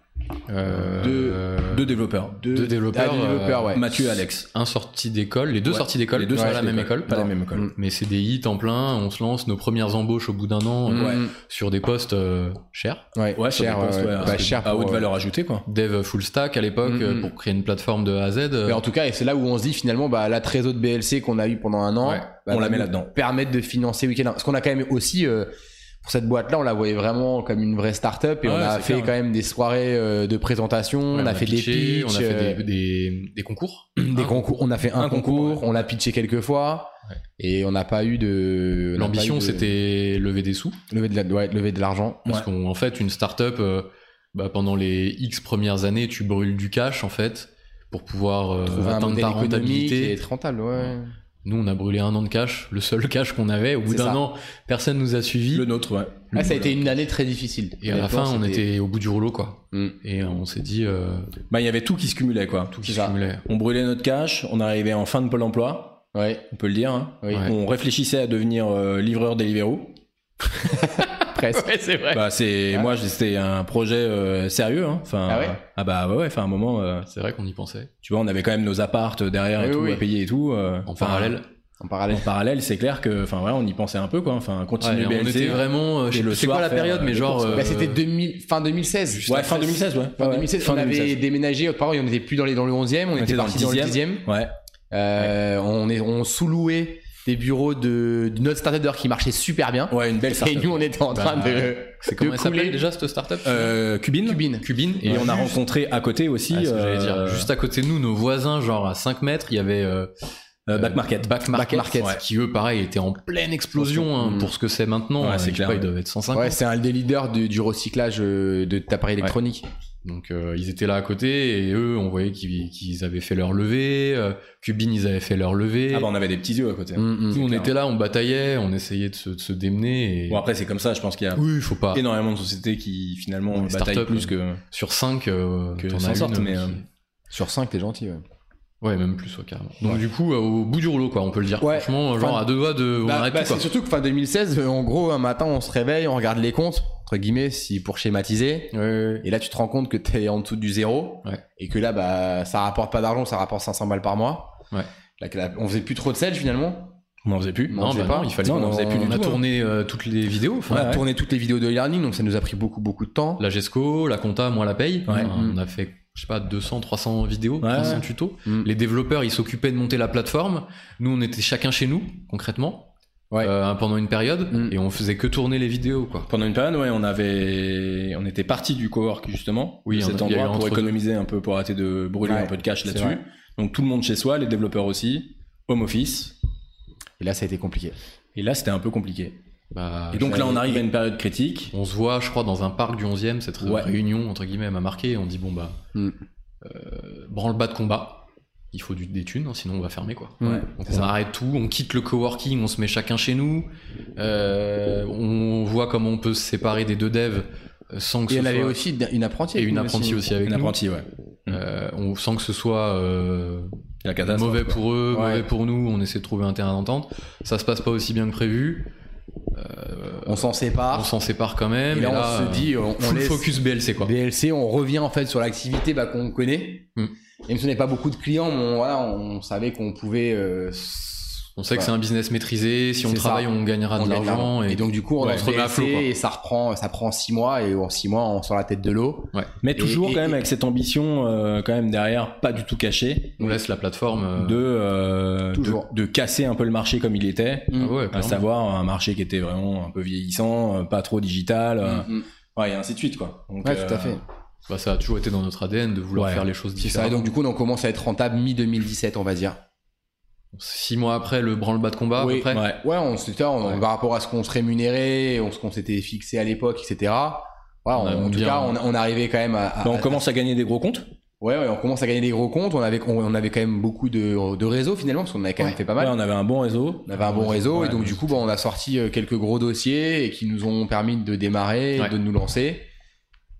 Euh, Deux- euh, deux développeurs, deux développeurs. Ah, des développeurs, euh, ouais. Mathieu et Alex. Un sorti d'école, les deux Ouais. sorties d'école, Les deux pas sont la même école. Pas la Non. même école. Mm. Mais c'est des hits en plein, on se lance nos premières embauches au bout d'un an euh, Mm. sur des postes euh, chers. Ouais. Ouais, cher, ouais, ouais. Bah, cher à pour, haute euh, valeur ajoutée quoi. Dev full stack à l'époque Mhm. euh, pour créer une plateforme de A à Z. euh, Mais en tout cas, et c'est là où on se dit finalement, bah, la trésor de BLC qu'on a eu pendant un an, Ouais, bah, on la va met nous là-dedans. Permettre de financer Weekend. Parce qu'on a quand même aussi, euh, pour cette boîte-là, on la voyait vraiment comme une vraie start-up et Ah on ouais, a c'est fait clair. quand même des soirées euh, de présentation, ouais, on, a fait pitché, des pitchs, on a fait euh, des, des- des concours. des concours, on a fait un, un concours, concours, on l'a pitché quelques fois Ouais. et on n'a pas eu de. on n'a L'ambition, pas eu de- c'était lever des sous. Lever de la- ouais, lever de l'argent. Parce qu'en fait, une startup, euh, bah, pendant les X premières années, tu brûles du cash, en fait, pour pouvoir euh, Trouver un atteindre modèle ta économique et rentabilité. être rentable, ouais. Ouais. Nous, on a brûlé un an de cash, le seul cash qu'on avait. Au bout C'est d'un ça. an, personne nous a suivis. Le nôtre, ouais. Ah, ça a été une année très difficile. Et à la Honnêtement, fin, on était au bout du rouleau, quoi. Mm. Et euh, on s'est dit, euh, Bah il y avait tout qui se cumulait quoi. tout qui C'est se ça. cumulait. On brûlait notre cash, on arrivait en fin de Pôle emploi, Ouais, on peut le dire. hein. oui, Ouais. On réfléchissait à devenir euh, livreur Deliveroo. presque. *laughs* c'est vrai. Bah c'est Ah. moi c'était un projet euh, sérieux hein. enfin Ah ouais bah ouais ouais, enfin à un moment euh, C'est vrai qu'on y pensait. tu vois on avait quand même nos appartes derrière et Oui, tout oui. à payer et tout euh, En enfin, parallèle. En en parallèle. parallèle c'est clair que enfin voilà on y pensait un peu quoi enfin Ouais, continue on BLC. était vraiment. euh, je Et sais le plus c'est quoi soir, la faire, période, euh, mais des genre. courses. euh, Bah, c'était 2000, fin 2016. ouais fin 2016 ouais Fin Ouais, 2016, fin on avait 2016. déménagé, autre pareil, on n'était plus dans, les, dans le 11e, on, était était dans parti le dans le 10e. 10e. ouais Euh, on, est, on sous-louait des bureaux de, de notre startup d'ailleurs qui marchait super bien. ouais une belle Et startup nous, on était en Bah, train de. c'est comment de elle s'appelait couler. déjà cette startup Euh, Cubine Cubine. Cubine. et on a rencontré rencontré à côté aussi Ah, c'est ce que j'allais dire. euh, Juste à côté de nous, nos voisins, genre à 5 mètres, il y avait euh, Euh, back market. Back Market, Back Market. qui eux, pareil, étaient en pleine explosion hein, Mm. pour ce que c'est maintenant. Ouais, hein, je c'est sais clair. pas, ils doivent être 150. Ouais, c'est un des leaders du, du recyclage euh, de d'appareils électroniques. Donc euh, ils étaient là à côté et eux, on voyait qu'ils qu'ils avaient fait leur levée. euh, Cubin, ils avaient fait leur levée. Ah bah on avait des petits yeux à côté. Mm, mm. Nous, on clair. était là, on bataillait, on essayait de se, de se démener. Et... Bon après c'est comme ça, je pense qu'il y a Oui, il faut pas. énormément de sociétés qui finalement Ah. Ouais, les bataillent startups, plus que... Sur 5, Que s'en sortent, mais, euh, Sur 5, t'es gentil. ouais. Ouais, même plus, ouais, carrément. Donc du coup, euh, au bout du rouleau, quoi, on peut le dire. Ouais. Franchement, genre Enfin, à deux doigts de... on Bah, arrête bah, tout, quoi. c'est surtout que fin 2016, euh, en gros, un matin, on se réveille, on regarde les comptes, entre guillemets, si pour schématiser. Ouais, ouais, ouais. Et là, tu te rends compte que t'es en dessous du zéro. Ouais. Et que là, bah, ça rapporte pas d'argent, ça rapporte 500 balles par mois. Ouais. Là, que la- on faisait plus trop de sales finalement. On n'en faisait plus. Non, Non, on bah faisait pas. non, il fallait Non, qu'on non, faisait plus on On a a tourné euh, toutes les vidéos. On enfin, a tourné toutes les vidéos de e-learning, donc ça nous a pris beaucoup, beaucoup de temps. La GESCO, la compta, moi la paye. Euh, Ouais. Mm. On a fait, je sais pas, 200, 300 vidéos, Ouais, 300 ouais. tutos. Mm. Les développeurs, ils s'occupaient de monter la plateforme. Nous, on était chacun chez nous, concrètement, Ouais. euh, pendant une période, Mm. et on faisait que tourner les vidéos, quoi. Pendant une période, ouais, on avait, on était parti du cowork justement, Oui, de on a- cet il y a eu endroit pour entre- économiser un peu, pour arrêter de brûler Ouais, un peu de cash c'est là-dessus. vrai. Donc tout le monde chez soi, les développeurs aussi, home office. Et là, ça a été compliqué. Et là, c'était un peu compliqué. Bah, et donc là, on arrive à une période critique. on se voit, je crois, dans un parc du 11e, cette Ouais. réunion, entre guillemets, m'a marqué. On dit, bon, bah, Mm. euh, branle-bas de combat. Il faut du, des thunes, hein, sinon on va fermer, quoi. Ouais. Donc C'est on ça. arrête tout, on quitte le coworking, on se met chacun chez nous, euh, on voit comment on peut se séparer des deux devs euh, sans que Et ce elle avait soit... aussi une apprentie. et avec une nous apprentie aussi avec Une nous. apprentie, ouais. Euh, on sent que ce soit euh, La catastrophe. mauvais quoi. pour eux, Ouais. mauvais pour nous, on essaie de trouver un terrain d'entente. Ça se passe pas aussi bien que prévu. Euh, On s'en on sépare. s'en sépare quand même. et là, et on là, se dit, on, euh, on full laisse focus BLC quoi. DLC, on revient en fait sur l'activité bah, qu'on connaît. Hmm. Même si on n'avait pas beaucoup de clients, mais on, voilà, on savait qu'on pouvait. euh, s- On sait que voilà. c'est un business maîtrisé. Si on C'est ça. travaille, on gagnera On Ah, de gagne l'argent. Et, Et, donc du coup, on Ouais, lance on se remet à DLC flot, quoi. et ça reprend, ça prend six mois et en six mois, on sort la tête de l'eau. Mais toujours Et- et- quand même avec cette ambition, euh, quand même derrière, pas du tout cachée, on laisse la plateforme. euh, de, euh, Toujours. de de casser un peu le marché comme il était, Mm. Ah ouais, à clairement. savoir un marché qui était vraiment un peu vieillissant, euh, pas trop digital, euh, Mm, mm. ouais, et ainsi de suite quoi. Donc, Ouais, euh, tout à fait. bah, ça a toujours été dans notre ADN de vouloir Ouais. faire les choses C'est ça. Et différemment. donc du coup, on commence à être rentable mi 2017, on va dire. Six mois après le branle-bas de combat, Oui, à peu près. Ouais. Ouais, on s'était on- Ouais. par rapport à ce qu'on se rémunérait, on, ce qu'on s'était fixé à l'époque, etc. Voilà, On a on- en tout bien- cas, on, on arrivait quand même à, à- ah, Bah, euh, on commence à gagner des gros comptes. Ouais, ouais, on commence à gagner des gros comptes. On avait, on, on avait quand même beaucoup de, de réseaux finalement, parce qu'on avait quand même fait pas mal. Ouais, on avait un bon réseau. On avait un bon réseau Ouais, et donc mais- du coup, bah, on a sorti euh, quelques gros dossiers et qui nous ont permis de démarrer, et Ouais. de nous lancer.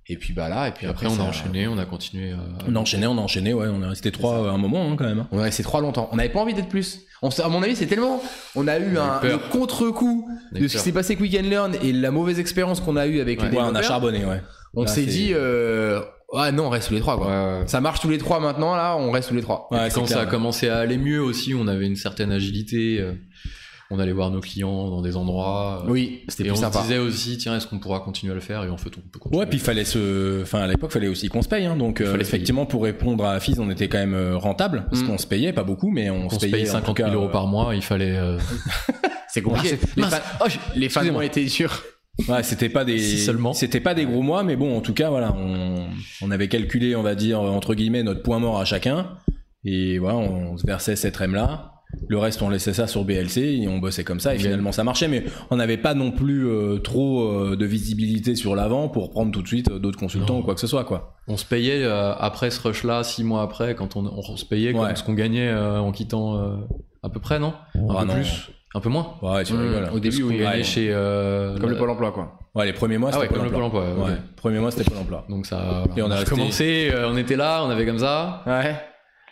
Et puis bah là, et puis Puis après, après, on a ça- enchaîné, on a continué. euh, à- On a enchaîné, on a enchaîné, ouais, on est resté trois euh, à un moment hein, quand même. hein. On est resté trois longtemps. On n'avait pas envie d'être plus. On s'est- à mon avis, c'est tellement. On a eu On a eu un, peur. le contre-coup on a de eu ce qui peur. s'est passé avec Weekend Learn et la mauvaise expérience qu'on a eue avec Ouais. les Ouais, on a développeurs. charbonné, ouais. On Là, s'est c'est- dit, euh, ah non, on reste tous les trois, quoi. Ça marche tous les trois maintenant, là, on reste tous les trois. Et Ouais, puis c'est quand ça clair. a commencé à aller mieux aussi, on avait une certaine agilité. euh, On allait voir nos clients dans des endroits. euh, Oui, c'était Et plus on se sympa. disait aussi, tiens, est-ce qu'on pourra continuer à le faire Et en fait, on peut continuer. Ouais, puis il fallait se, enfin à l'époque fallait aussi qu'on se paye, hein. donc euh, fallait se payer. effectivement pour répondre à Fizz on était quand même euh, rentable parce Mm. qu'on se payait pas beaucoup mais on, on, se payait en tout 50 cas, 000 euros euh, par mois. Il fallait. euh, C'est compliqué. Ah, c'est- les, mince. fans, les fans excusez-moi. ont été sûrs. Ouais, c'était pas des, Si seulement. c'était pas des gros mois mais bon en tout cas voilà on, on avait calculé on va dire entre guillemets notre point mort à chacun et voilà on se versait cette rem là. Le reste, on laissait ça sur BLC et on bossait comme ça et Ouais. finalement ça marchait, mais on n'avait pas non plus euh, trop euh, de visibilité sur l'avant pour prendre tout de suite euh, d'autres consultants Non. ou quoi que ce soit, quoi. On se payait euh, après ce rush-là, six mois après, quand on, on se payait comme Ouais. ce qu'on gagnait euh, en quittant euh, à peu près, non Un Ah peu non. plus Mmh. Un peu moins Ouais, tu Mm. rigoles. Au début, On oui. gagnait ouais. chez. euh, Comme le la- Pôle emploi, quoi. Ouais, les premiers mois, Ah c'était ouais, Pôle comme le emploi. Pôle emploi. ouais, Ouais. ok. Premier mois, c'était Pôle emploi. Donc ça. Et on on, a a resté- commencé, euh, on était là, on avait comme ça. Ouais.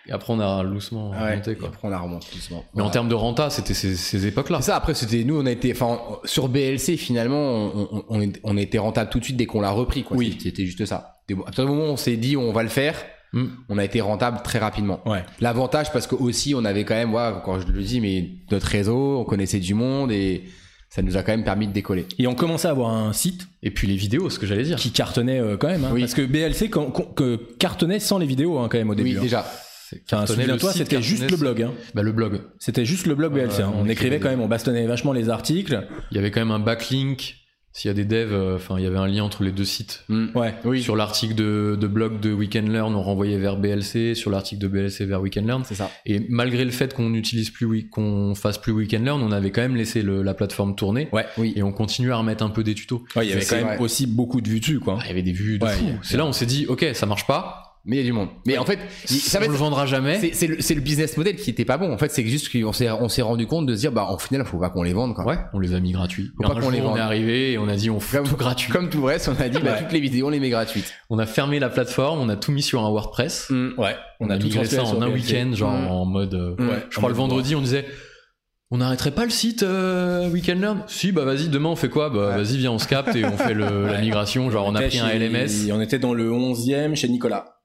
Et après, on a loussement Et monté, quoi. après, on la remonte doucement. Mais en termes de renta, c'était ces, ces époques-là. C'est ça, après, c'était nous, on a été. Enfin, on- sur BLC, finalement, on, on- on est- on était rentable tout de suite dès qu'on l'a repris, quoi. Oui. C'était- C'était juste ça. Des- À partir du moment où on s'est dit, on va le faire, Mm. on a été rentable très rapidement. Ouais. L'avantage, parce que aussi, on avait quand même, ouais, quand je le dis, mais notre réseau, on connaissait du monde et ça nous a quand même permis de décoller. Et on commençait à avoir un site Et puis les vidéos, ce que j'allais dire. qui cartonnait euh, quand même. hein, Oui. Parce que BLC con- con- que cartonnait sans les vidéos hein, quand même au début. oui, hein. déjà. C'est- Enfin, cartonnait le Souviens-toi, site, c'était juste le cartonnait- blog. hein. Bah, le blog. C'était juste le blog Ouais, BLC. hein. on On, écrivait écrivait des- quand même, on bastonnait vachement les articles. Il y avait quand même un backlink S'il y a des devs, euh, enfin, il y avait un lien entre les deux sites. Hmm. Ouais. Oui. Sur l'article de, de blog de Weekend Learn, on renvoyait vers BLC. Sur l'article de BLC vers Weekend Learn. C'est ça. Et malgré le fait qu'on n'utilise plus, Wee- qu'on fasse plus Weekend Learn, on avait quand même laissé le- la plateforme tourner. Ouais. Oui. Et on continue à remettre un peu des tutos. Ouais, il y avait C'est quand même vrai. aussi beaucoup de vues dessus, quoi. Ah, il y avait des vues de Ouais, fou. il y a- C'est là, on s'est dit, ok, ça marche pas. Mais il y a du monde. Mais en fait, il- ça va on être- le vendra jamais. c'est c'est le, c'est le business model qui était pas bon. En fait, c'est juste qu'on s'est on s'est rendu compte de se dire bah en final, faut pas qu'on les vende quoi. bah Ouais, on les a mis gratuits. Faut Et pas un qu'on les jour, on vende. est arrivé et on a dit on fout Comme- tout gratuit. Comme tout le reste, on a dit bah Ouais. toutes les vidéos on les met gratuites. On a fermé la plateforme, on a tout mis sur un WordPress. Ouais. On, a, migré transféré ça en sur un BLC. week-end, genre Mm. en mode. euh, Ouais. Je crois le vendredi, on disait. On n'arrêterait pas le site euh, Weekend Learn Si, bah vas-y, demain on fait quoi Bah Ouais. vas-y, viens, on se capte et on fait *laughs* le- la Ouais. migration. Genre on a pris était un chez- LMS. On était dans le 11e chez Nicolas.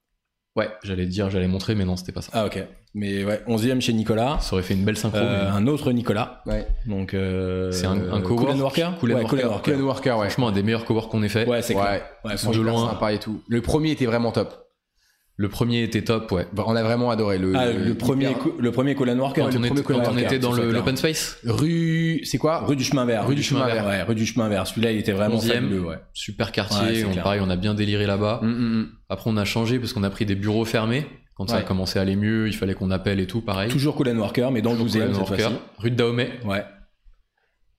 Ouais, j'allais dire, j'allais montrer, mais non, c'était pas ça. Ah, ok. Mais ouais, 11e chez Nicolas. Ça aurait fait une belle synchro. Euh, mais un autre Nicolas. Ouais. Donc, euh, C'est un- un cowork- Cool and Worker Cool and Ouais, Worker. Cool and Worker. Cloud Worker, ouais. Franchement, un des meilleurs coworks qu'on ait fait. Ouais, c'est clair. Ouais. Ouais, Ils franchement, sont de hyper loin. sympas et tout. Le premier était vraiment top. Le premier était top, ouais. Bah, On a vraiment adoré le. Ah, le, premier, hyper- cou- le premier Cool and Worker. Quand le on premier était, Cool and quand on Worker, était dans c'est le- clair. l'open space, rue, c'est quoi Ah, Rue du chemin vert. Rue du chemin vert. Ouais, rue du chemin vert. Celui-là, il était vraiment 11e. hmm, fabuleux, ouais. super Ouais, quartier, c'est on, clair. pareil, on a bien déliré là-bas. Hum, hum, hum. Après, on a changé parce qu'on a pris des bureaux fermés. Quand ça a Ouais. commencé à aller mieux, il fallait qu'on appelle et tout, pareil. Toujours Cool and Worker, mais dans le Toujours 12e cette Collaborateur. fois-ci. Rue de Dahomey. Ouais,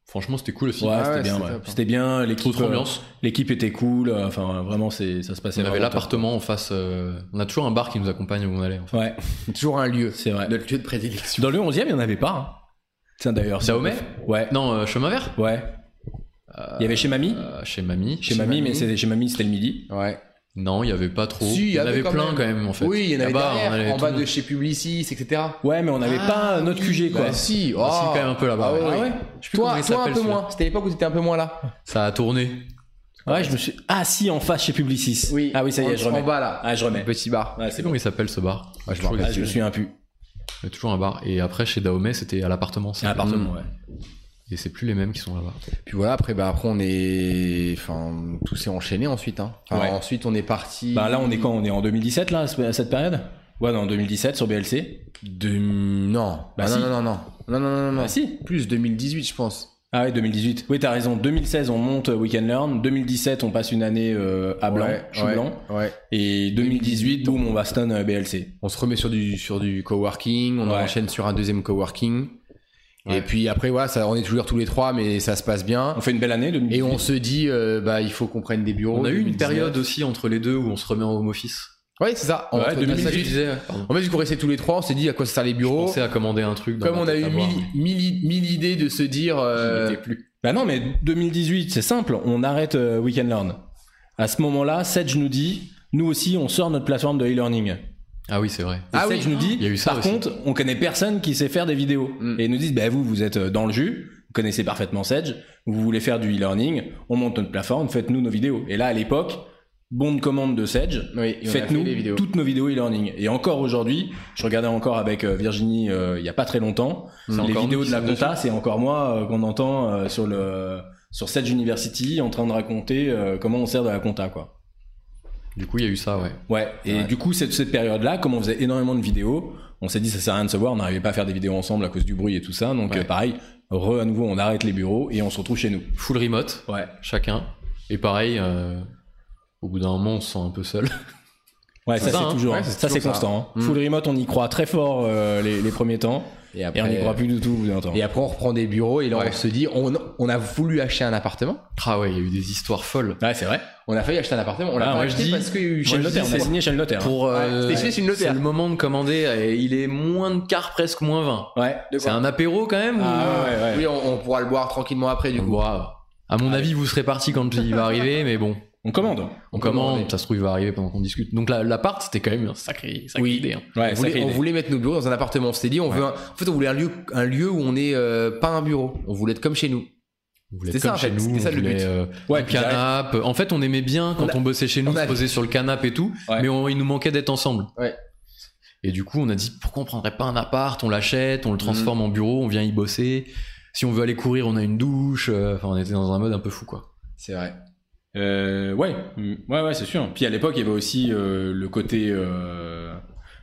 Franchement, c'était cool aussi. ouais, Ah c'était ouais, bien. c'était ouais. top, hein. C'était bien, l'équipe, Trop euh, ambiance. l'équipe était cool. euh, Enfin, vraiment, c'est, ça se passait. On avait vraiment top. l'appartement en face. euh, on a toujours un bar qui nous accompagne où on allait. en fait. Ouais, Toujours un lieu. c'est vrai. Notre lieu de prédilection. Dans le 11e, il n'y en avait pas. hein. Tiens, d'ailleurs. c'est- Dahomey Ouais. Non, euh, chemin vert Ouais. Il y avait chez Mamie Euh, Chez Mamie. Chez Chez Mamie, mais Mamie. c'était chez Mamie, c'était le midi. Ouais. Non, il n'y avait pas trop. Si, il y il y en avait avait quand plein même. quand même en fait. Oui, il y en avait Là-bas, on allait derrière, en tout bas le monde. de chez Publicis, etc. Ouais, mais on n'avait pas notre QG, quoi. Bah, si. Oh. Ah, si, quand même un peu là-bas. Ah ouais. ouais. Ah ouais Je sais plus comment Toi, il toi un s'appelle, peu celui-là. moins. C'était l'époque où t'étais un peu moins là. Ça a tourné. Ouais, je me suis. Ah, si, en face chez Publicis. Ah oui, ça y est, je En remets. bas là. Ah, je remets. Petit bar. Ouais, C'est c'est bon. comment il s'appelle ce bar Ah, je me Toujours rappelle Ah, je me existé. suis impu. Il y a toujours un bar. Et après, chez Dahomey, c'était à l'appartement. ça. Un appartement, ouais. Et c'est plus les mêmes qui sont là-bas. Puis voilà, après, bah, après on est. Enfin, tout s'est enchaîné ensuite. Hein. Enfin, Ouais. Ensuite, on est parti. Bah là, on est quand On est en 2017, là, à ce- à cette période Ouais, non, en 2017 sur BLC. De... Non. Bah, Ah, si. non, non, non, non. Non, non, non, non, non. Ah, si. Plus 2018, je pense. Ah ouais, 2018. Oui, t'as raison. 2016, on monte euh, Weekend Learn. 2017, on passe une année euh, à blanc, ouais, chou ouais, blanc. Ouais. Et 2018, boum, on bastonne euh, BLC. On se remet sur du, sur du coworking. On Ouais. enchaîne sur un deuxième coworking. Ouais. Et puis après, voilà, ça, on est toujours tous les trois, mais ça se passe bien. On fait une belle année, 2018. Et on se dit, euh, bah, il faut qu'on prenne des bureaux. On a eu une 2019. période aussi entre les deux où on se remet en home office. Ouais, c'est ça. En Ouais, entre 2018. 2018. hein. En fait, du coup, on restait tous les trois. On s'est dit à quoi ça sert les On bureaux. pensait à commander un truc. dans Comme la on a tête eu à boire. mille, mille, mille idées de se dire. euh, plus. Bah non, mais 2018, c'est simple. On arrête euh, Weekend Learn. À ce moment-là, Sedge nous dit, nous aussi, on sort notre plateforme de e-learning. Ah oui, c'est vrai. Et Ah Sage oui. nous dit, Il y a eu ça par aussi. contre, on connaît personne qui sait faire des vidéos. Mm. Et ils nous disent, bah vous, vous êtes euh, dans le jus, vous connaissez parfaitement Sage, vous voulez faire du e-learning, on monte notre plateforme, faites-nous nos vidéos. Et là, à l'époque, bon de commande de Sage, Oui, et on a fait les faites-nous vidéos. toutes nos vidéos e-learning. Et encore aujourd'hui, je regardais encore avec euh, Virginie euh, il y a pas très longtemps, C'est les encore vidéos nous qui de la sommes compta, c'est encore moi euh, qu'on entend euh, sur le sur Sage University en train de raconter euh, comment on sert de la compta, quoi. Du coup, il y a eu ça, ouais. Ouais, et Ouais. du coup, cette, cette période-là, comme on faisait énormément de vidéos, on s'est dit ça sert à rien de se voir, on n'arrivait pas à faire des vidéos ensemble à cause du bruit et tout ça, donc Ouais. euh, pareil, re à nouveau, on arrête les bureaux et on se retrouve chez nous. Full remote, Ouais. chacun. Et pareil, euh, au bout d'un moment, on se sent un peu seul. *laughs* Ouais, C'est ça, ça, c'est hein. toujours, Ouais, hein. c'est ça c'est toujours ça. constant. hein. Mm. Full remote, on y croit très fort euh, les, les premiers temps, Et euh, et on n'y croit plus du tout au bout d'un temps. Et après, on reprend des bureaux et là, Ouais. on se dit, on, on a voulu acheter un appartement. Ah ouais, il y a eu des histoires folles. Ouais, c'est vrai. On a failli acheter un appartement. On l'a Ah, pas moi, je acheté dis- parce qu'il y a eu Chez le je notaire, dis, on a c'est- signé chez le notaire. hein. Pour, euh, Ouais, c'était chez une notaire. c'est le moment de commander et il est moins de quart, presque moins 20. Ouais. C'est un apéro quand même Ah ouais, ouais. Oui, on, on pourra le boire tranquillement après du ou... coup. Bon, ah, à mon avis, vous serez parti quand il va arriver, mais bon, On commande. on On commande, commandait. ça se trouve, il va arriver pendant qu'on discute. Donc la- l'appart, c'était quand même un sacré, sacré Oui. idée. hein. Ouais, on, sacrée voulait, on idée. voulait mettre nos bureaux dans un appartement. On s'est dit, on veut un- en fait, on voulait un lieu, un lieu où on n'est pas un bureau. On voulait être comme chez nous. On voulait C'est être comme ça, en chez fait, nous, c'était on ça, le voulait, but. euh, Ouais, un puis derrière- canap'. En fait, on aimait bien quand On a- on, bossait chez nous, on se a- poser sur le canapé et tout, Ouais. mais on- il nous manquait d'être ensemble. Ouais. Et du coup, on a dit pourquoi on prendrait pas un appart, on l'achète, on le transforme en bureau, on vient y bosser. Si on veut aller courir, on a une douche. euh, Enfin, on était dans un mode un peu fou, quoi. C'est vrai. Euh, ouais, Mm. ouais, ouais, c'est sûr. Puis à l'époque, il y avait aussi euh, le côté, euh,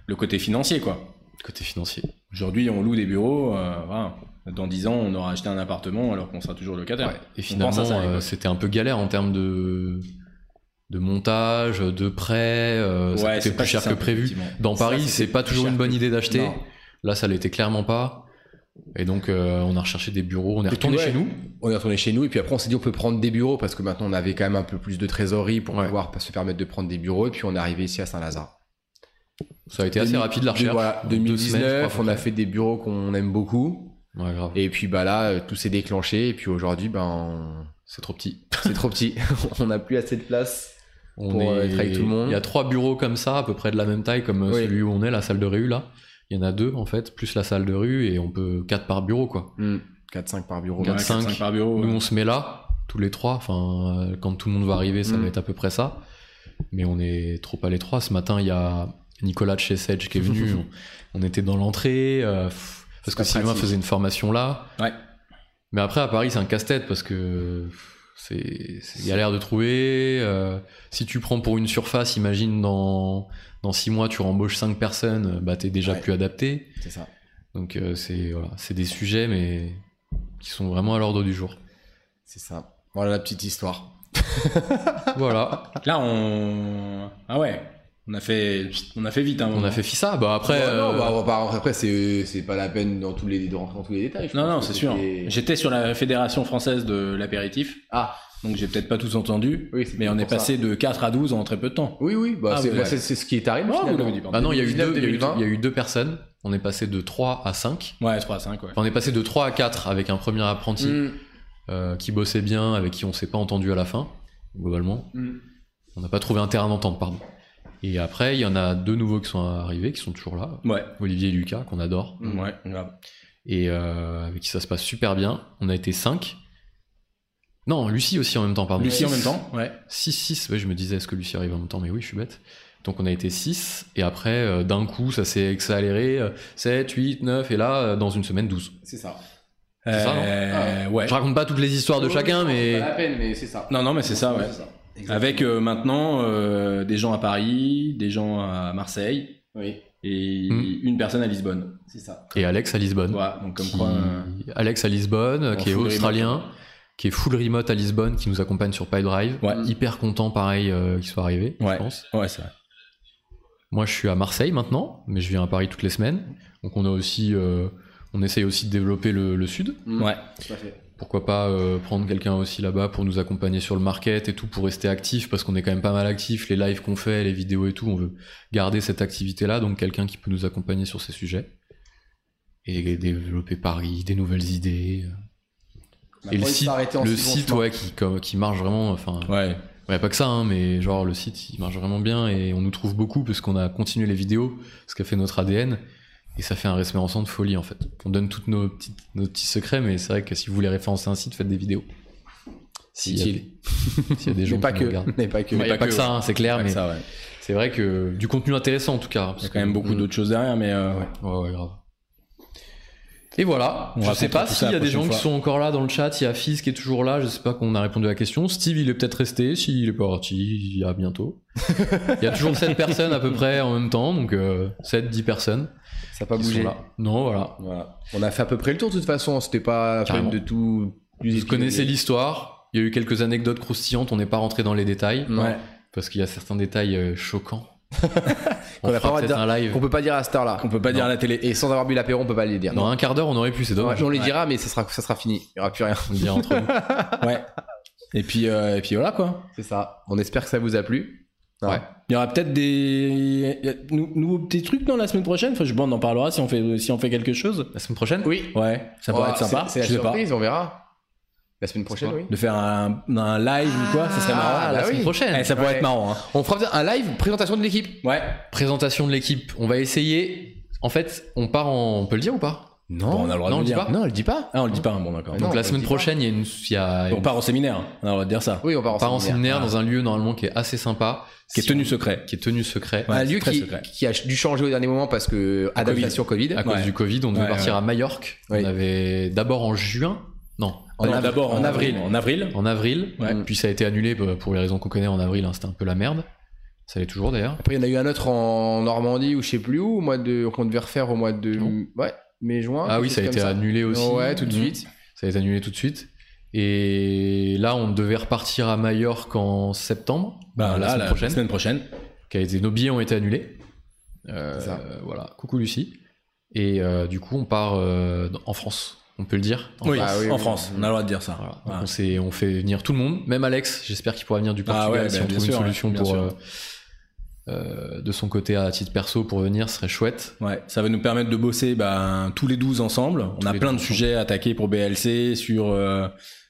le côté financier, quoi. Côté financier. Aujourd'hui, on loue des bureaux. euh, voilà. dans 10 ans, on aura acheté un appartement alors qu'on sera toujours locataire. Ouais. Et On pense finalement, à ça, à l'époque. euh, c'était un peu galère en termes de, de montage, de prêt, euh, ça Ouais, coûtait pas plus cher si que simple, prévu. effectivement. Dans Ça, Paris, c'était c'est pas plus toujours cher une bonne idée d'acheter. Non. Là, ça l'était clairement pas. Et donc, euh, on a recherché des bureaux, on est puis, retourné ouais. chez nous. On est retourné chez nous et puis après on s'est dit on peut prendre des bureaux parce que maintenant on avait quand même un peu plus de trésorerie pour Ouais. pouvoir se permettre de prendre des bureaux et puis on est arrivé ici à Saint-Lazare. Ça a été assez 2000 rapide la recherche. Voilà, Deux semaines, je 2019, crois, à on a peu fait des bureaux qu'on aime beaucoup près. Ouais, grave. et puis bah là euh, tout s'est déclenché et puis aujourd'hui ben C'est trop *laughs* petit. on- c'est trop petit, *laughs* on n'a plus assez de place. On Pour, euh, être avec tout le monde. Il y a trois bureaux comme ça, à peu près de la même taille, comme euh, Oui. celui où on est, la salle de réu là. Il y en a deux en fait, plus la salle de rue, et on peut quatre par bureau quoi. 4-5 Hmm. par bureau. Ouais, 4-5. 4-5 par bureau. Nous, on se met là, tous les trois. Enfin, euh, quand tout le monde va arriver, ça Mm. va être à peu près ça. Mais on est trop à l'étroit. Ce matin, il y a Nicolas de chez Sedge qui est *laughs* venu. on, on était dans l'entrée. euh, pff, parce pas que Sylvain pratique. faisait une formation là. Ouais. Mais après, à Paris, c'est un casse-tête parce que pff, c'est c'est galère de trouver. euh, si tu prends pour une surface, imagine dans, dans six mois, tu rembauches cinq personnes, bah, t'es déjà Ouais. plus adapté. C'est ça. Donc, euh, c'est voilà, c'est des sujets, mais qui sont vraiment à l'ordre du jour. C'est ça. Voilà la petite histoire. Voilà. Là, on. Ah ouais. On a fait, on a fait vite. Hein, On a fait ça, bah après. Ouais, non, euh, bah, on va pas rentrer. Après, c'est, c'est pas la peine dans tous les, de rentrer dans tous les détails. je Non, pense non, que c'est sûr. c'était- J'étais sur la Fédération française de l'apéritif. Ah. Donc j'ai peut-être pas tous entendu. Oui, c'était Mais on pour est ça. passé de 4 à 12 en très peu de temps. Oui, oui, bah, Ah, c'est, vous bah, l'avez. c'est, c'est ce qui est arrivé. Bah, Ah, vous finalement. l'avez dit, Ah pardon. non, il y, a eu 2019, deux, il y a eu deux- 2020. il y a eu deux personnes. On est passé de 3 à 5. Ouais, 3 à 5, ouais. Enfin, on est passé de 3 à 4 avec un premier apprenti Mm, euh, qui bossait bien, avec qui on s'est pas entendu à la fin, globalement. mm. On n'a pas trouvé un terrain d'entente, pardon. Et après, il y en a deux nouveaux qui sont arrivés, qui sont toujours là. Ouais. Olivier et Lucas, qu'on adore. Mm. Ouais, grave. Et euh, avec qui ça se passe super bien. On a été 5. Non, Lucie aussi en même temps, pardon. Lucie en même temps. Ouais. 6, 6, ouais, je me disais, est-ce que Lucie arrive en même temps Mais oui, je suis bête. Donc on a été 6, et après, euh, d'un coup, ça s'est accéléré, euh, 7, 8, 9, et là, euh, dans une semaine, 12. C'est ça. C'est ça, non Ah. Euh, ouais. Je raconte pas toutes les histoires de Oui, chacun, oui, C'est mais... pas la peine, mais c'est ça. Non, non, mais c'est ça, ouais. Exactement. Avec euh, maintenant euh, des gens à Paris, des gens à Marseille Oui, et Mm. une personne à Lisbonne. c'est ça. Et Alex à Lisbonne. Voilà, donc comme qui- quoi. euh, Alex à Lisbonne, en qui est full australien, remote. qui est full remote à Lisbonne, qui nous accompagne sur PyDrive. Ouais. Hyper content, pareil, euh, qu'il soit arrivé, Ouais. je pense. Ouais, c'est vrai. Moi, je suis à Marseille maintenant, mais je viens à Paris toutes les semaines. Donc on a aussi... euh, on essaye aussi de développer le- le sud. Mm, Ouais. Tout à fait. pourquoi pas euh, prendre quelqu'un aussi là-bas pour nous accompagner sur le market et tout pour rester actif parce qu'on est quand même pas mal actif les lives qu'on fait les vidéos et tout on veut garder cette activité là donc quelqu'un qui peut nous accompagner sur ces sujets et développer Paris des nouvelles idées On a et le pas envie de site s'arrêter en le si bon site chemin. ouais qui comme- qui marche vraiment enfin Ouais. ouais pas que ça hein, mais genre le site il marche vraiment bien et on nous trouve beaucoup parce qu'on a continué les vidéos ce qui a fait notre ADN et ça fait un référencement de folie en fait on donne tous nos petits nos petits secrets mais c'est vrai que si vous voulez référencer un site faites des vidéos s'il y, a- Utile. s'il y a des *laughs* gens Mais pas qui que. nous regardent Mais pas que. il n'y a pas que, ça hein, c'est clair Pas que mais ça, ouais. c'est vrai que du contenu intéressant en tout cas Il y a quand même beaucoup d'autres choses derrière, mais euh, Hmm. Ouais, ouais, grave. Et voilà. On je sais racontera pas tout s'il ça y a la des gens prochaine qui sont encore là dans le chat. Il y a Fizz qui est toujours là. Je sais pas qu'on a répondu à la question. Steve, il est peut-être resté. S'il est pas parti, à bientôt. Il y a toujours 7 personnes à peu près en même temps. Donc 7-10 personnes Ça n'a pas qui sont bougé. là. Non, voilà. Voilà. On a fait à peu près le tour de toute façon. C'était pas la peine Carrément. de tout. Vous connaissez l'histoire. Il y a eu quelques anecdotes croustillantes. On n'est pas rentré dans les détails. Non. Ouais. Parce qu'il y a certains détails euh, choquants. Qu'on on a pas le droit fera de peut-être un live. Qu'on peut pas dire à cette heure-là. qu'on peut pas Non. dire à la télé. Et sans avoir bu l'apéro, on peut pas les dire. Dans un quart d'heure, on aurait pu. C'est dommage. on les dira, mais ça sera, ça sera fini. Il y aura plus rien. On le dira entre nous. Ouais. Et puis, euh, et puis voilà quoi. C'est ça. On espère que ça vous a plu. Ouais. Il y aura peut-être des il y a de nou- nouveaux petits trucs dans la semaine prochaine. Enfin, je bon, on en parlera si on fait si on fait quelque chose. La semaine prochaine. Oui. Ouais, ça Oh, pourrait être sympa. C'est c'est je la sais pas. surprise, on verra. La semaine prochaine, C'est oui. De faire un, un live ou quoi, ça serait marrant. Ah, la bah semaine oui. prochaine. Eh, ça pourrait Ouais. être marrant. Hein. On fera peut-être un live présentation de l'équipe. Ouais. Présentation de l'équipe. On va essayer. En fait, on part en. On peut le dire ou pas Non, Bon, on a le non, droit de on le dit dire. pas. non, elle dit pas. Ah, on le dit pas. Bon, d'accord. Non, Donc on la le semaine dit prochaine, il y a une. il y a On une- part au séminaire. hein. On a le droit de dire ça. Oui, on part on part en séminaire voilà. dans un lieu normalement qui est assez sympa, Qui est Si tenu on- secret. qui est tenu secret. Ouais, un c'est lieu très qui, secret. qui a dû changer au dernier moment parce que À adaptation Covid. À cause Ouais. du Covid, on devait Ouais, partir à Majorque. Oui. On avait d'abord en juin, non, En Non, av- D'abord en avril. En avril. en avril. Ouais. Puis ça a été annulé bah, pour les raisons qu'on connaît en avril. hein, C'était un peu la merde. Ça l'est toujours d'ailleurs. Après, il y en a eu un autre en Normandie ou je sais plus où, au mois de, qu'on devait refaire au mois de. Non. Ouais. mai, mai juin. Ah oui, quelque ça a chose été comme annulé aussi. Ouais, tout de Mhm. suite. Ça a été annulé tout de suite. Et là, on devait repartir à Majorque en septembre, euh, Bah, la là, semaine la prochaine. semaine prochaine. qui a été- nos billets ont été annulés. Euh, C'est ça. Voilà, coucou Lucie. Et euh, du coup, on part euh, dans- en France, on peut le dire. En Oui, France. Ah oui, en oui. France, on a le droit de dire ça. Voilà. Donc Voilà. on, s'est- on fait venir tout le monde, même Alex. J'espère qu'il pourra venir du Portugal Ah ouais, si bah, on bien trouve sûr, une solution ouais, bien pour. sûr. euh, euh, de son côté à titre perso pour venir ce serait chouette Ouais, ça va nous permettre de bosser ben, tous les 12 ensemble. On Tous a les plein de 12 sujets à attaquer pour BLC sur euh,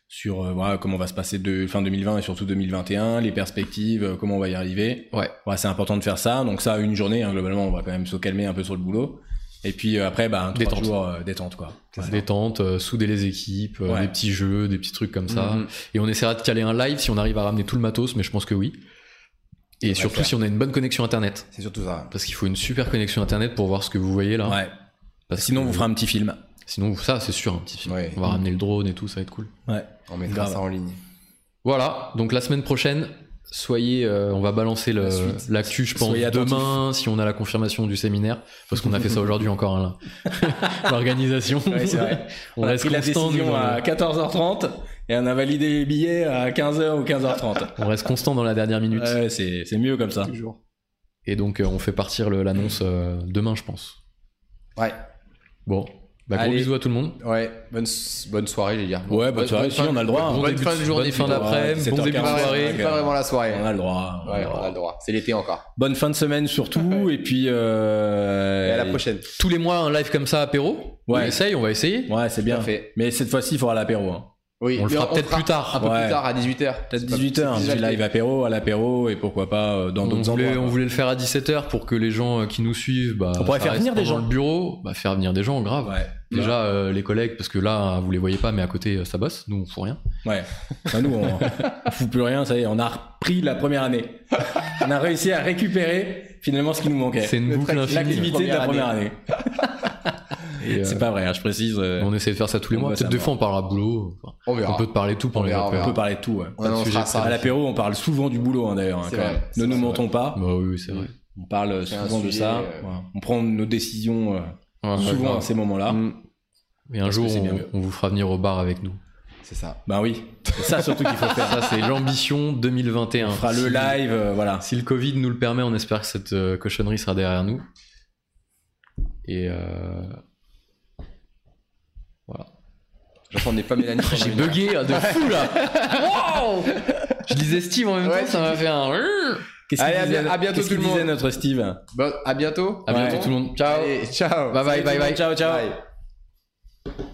sur euh, voilà, comment on va se passer de fin 2020 et surtout 2021, les perspectives, euh, comment on va y arriver. Ouais. c'est important de faire ça. Donc ça une journée hein, globalement, on va quand même se calmer un peu sur le boulot. Et puis euh, après ben trois Détente. jours euh, détente quoi. Ouais. détente euh, souder les équipes euh, Ouais. des petits jeux des petits trucs comme ça Mhm. Mm-hmm. Et on essaiera de caler un live si on arrive à ramener tout le matos, mais je pense que oui. Et va surtout faire. si on a une bonne connexion internet. C'est surtout ça. Parce qu'il faut une super connexion internet pour voir ce que vous voyez là. Ouais. Parce Sinon on que- vous fera un petit film. Sinon, ça, c'est sûr, un petit film. Ouais. On va ramener le drone et tout, ça va être cool. Ouais. On mettra Grave. ça en ligne. Voilà, donc la semaine prochaine, soyez. euh, on va balancer le- La suite. l'actu, je pense, Soyez attentifs. demain, si on a la confirmation du séminaire. Parce qu'on a fait ça aujourd'hui encore, hein, *laughs* là. l'organisation. Ouais, c'est vrai. On, On, a reste pris la constant, nous, décision dans le- à 14h30 et on a validé les billets à 15h ou 15h30. on reste constant dans la dernière minute. Ouais, c'est c'est mieux comme ça. Toujours. Et donc, euh, on fait partir le- l'annonce euh, demain, je pense. Ouais. Bon, bah, gros Allez. bisous à tout le monde. Ouais. Bonne, s- bonne soirée, les gars. Ouais, bah, bonne soirée, si, on a le droit. Bon hein. début fin de- de journée, bonne fin plutôt. d'après-midi, Ouais, bon début de C'est pas, 17h45. soirée. c'est pas vraiment la soirée. On a le droit. on a Ouais, le droit. on a le droit. C'est l'été encore. Bonne fin de semaine surtout et puis euh, Et à la prochaine. Tous les mois, un live comme ça, apéro. Ouais. On essaye, on va essayer. Ouais, c'est Tout bien à fait. Mais cette fois-ci, il faudra l'apéro. hein. Oui. On le Et fera peut-être plus tard. Un peu Ouais. plus tard, à 18h. Peut-être 18h, un petit live apéro à l'apéro et pourquoi pas euh, dans On d'autres voulait, endroits. on voulait le faire à 17h pour que les gens euh, qui nous suivent. Bah, On pourrait ça faire reste venir des pendant gens. le bureau, bah, faire venir des gens, grave. Ouais. Déjà, euh, les collègues, parce que là, vous les voyez pas, mais à côté, euh, ça bosse. Nous, on fout rien. Ouais. Enfin, nous, on, on fout plus rien, ça y est, on a repris la première année. on a réussi à récupérer finalement ce qui nous manquait. C'est une Le boucle track- infinie. L'activité de la Première première année. Et, euh, C'est pas vrai, hein, je précise. euh, on essaie de faire ça tous les On mois. bosse Peut-être à des mort. fois, on parlera boulot. Enfin, On verra. on peut te parler de tout pendant les verra, on apéros. on peut parler de tout. ouais. On annoncera ça. à l'apéro, on parle souvent du boulot hein, d'ailleurs. hein, C'est quand vrai, même. c'est Ne nous vrai, mentons pas. Bah oui, oui, c'est vrai. On parle C'est un souvent de sujet, ça. euh, Ouais. On prend nos décisions euh, Ouais, ouais, souvent grave. à ces moments-là. Mm. Et un Parce que jour, c'est bien on- mieux. on vous fera venir au bar avec nous. C'est ça. Ben oui, c'est ça surtout *laughs* qu'il faut faire. Ça, c'est l'ambition 2021. On fera Si- le live, euh, voilà. Si le Covid nous le permet, on espère que cette euh, cochonnerie sera derrière nous. Et euh, J'entendais pas Mélanie. *laughs* j'ai bugué hein, de fou *laughs* là. Wow Je disais Steve en même Ouais, temps, ça m'a fait un. Qu'est-ce qu'il Allez, à disait- bien- à bientôt qu'est-ce tout qu'il le disait monde. notre Steve Bon, à bientôt. À bientôt Ouais. tout le monde. Ciao. Allez, ciao. Bye bye bye bye. Ciao, ciao. Bye.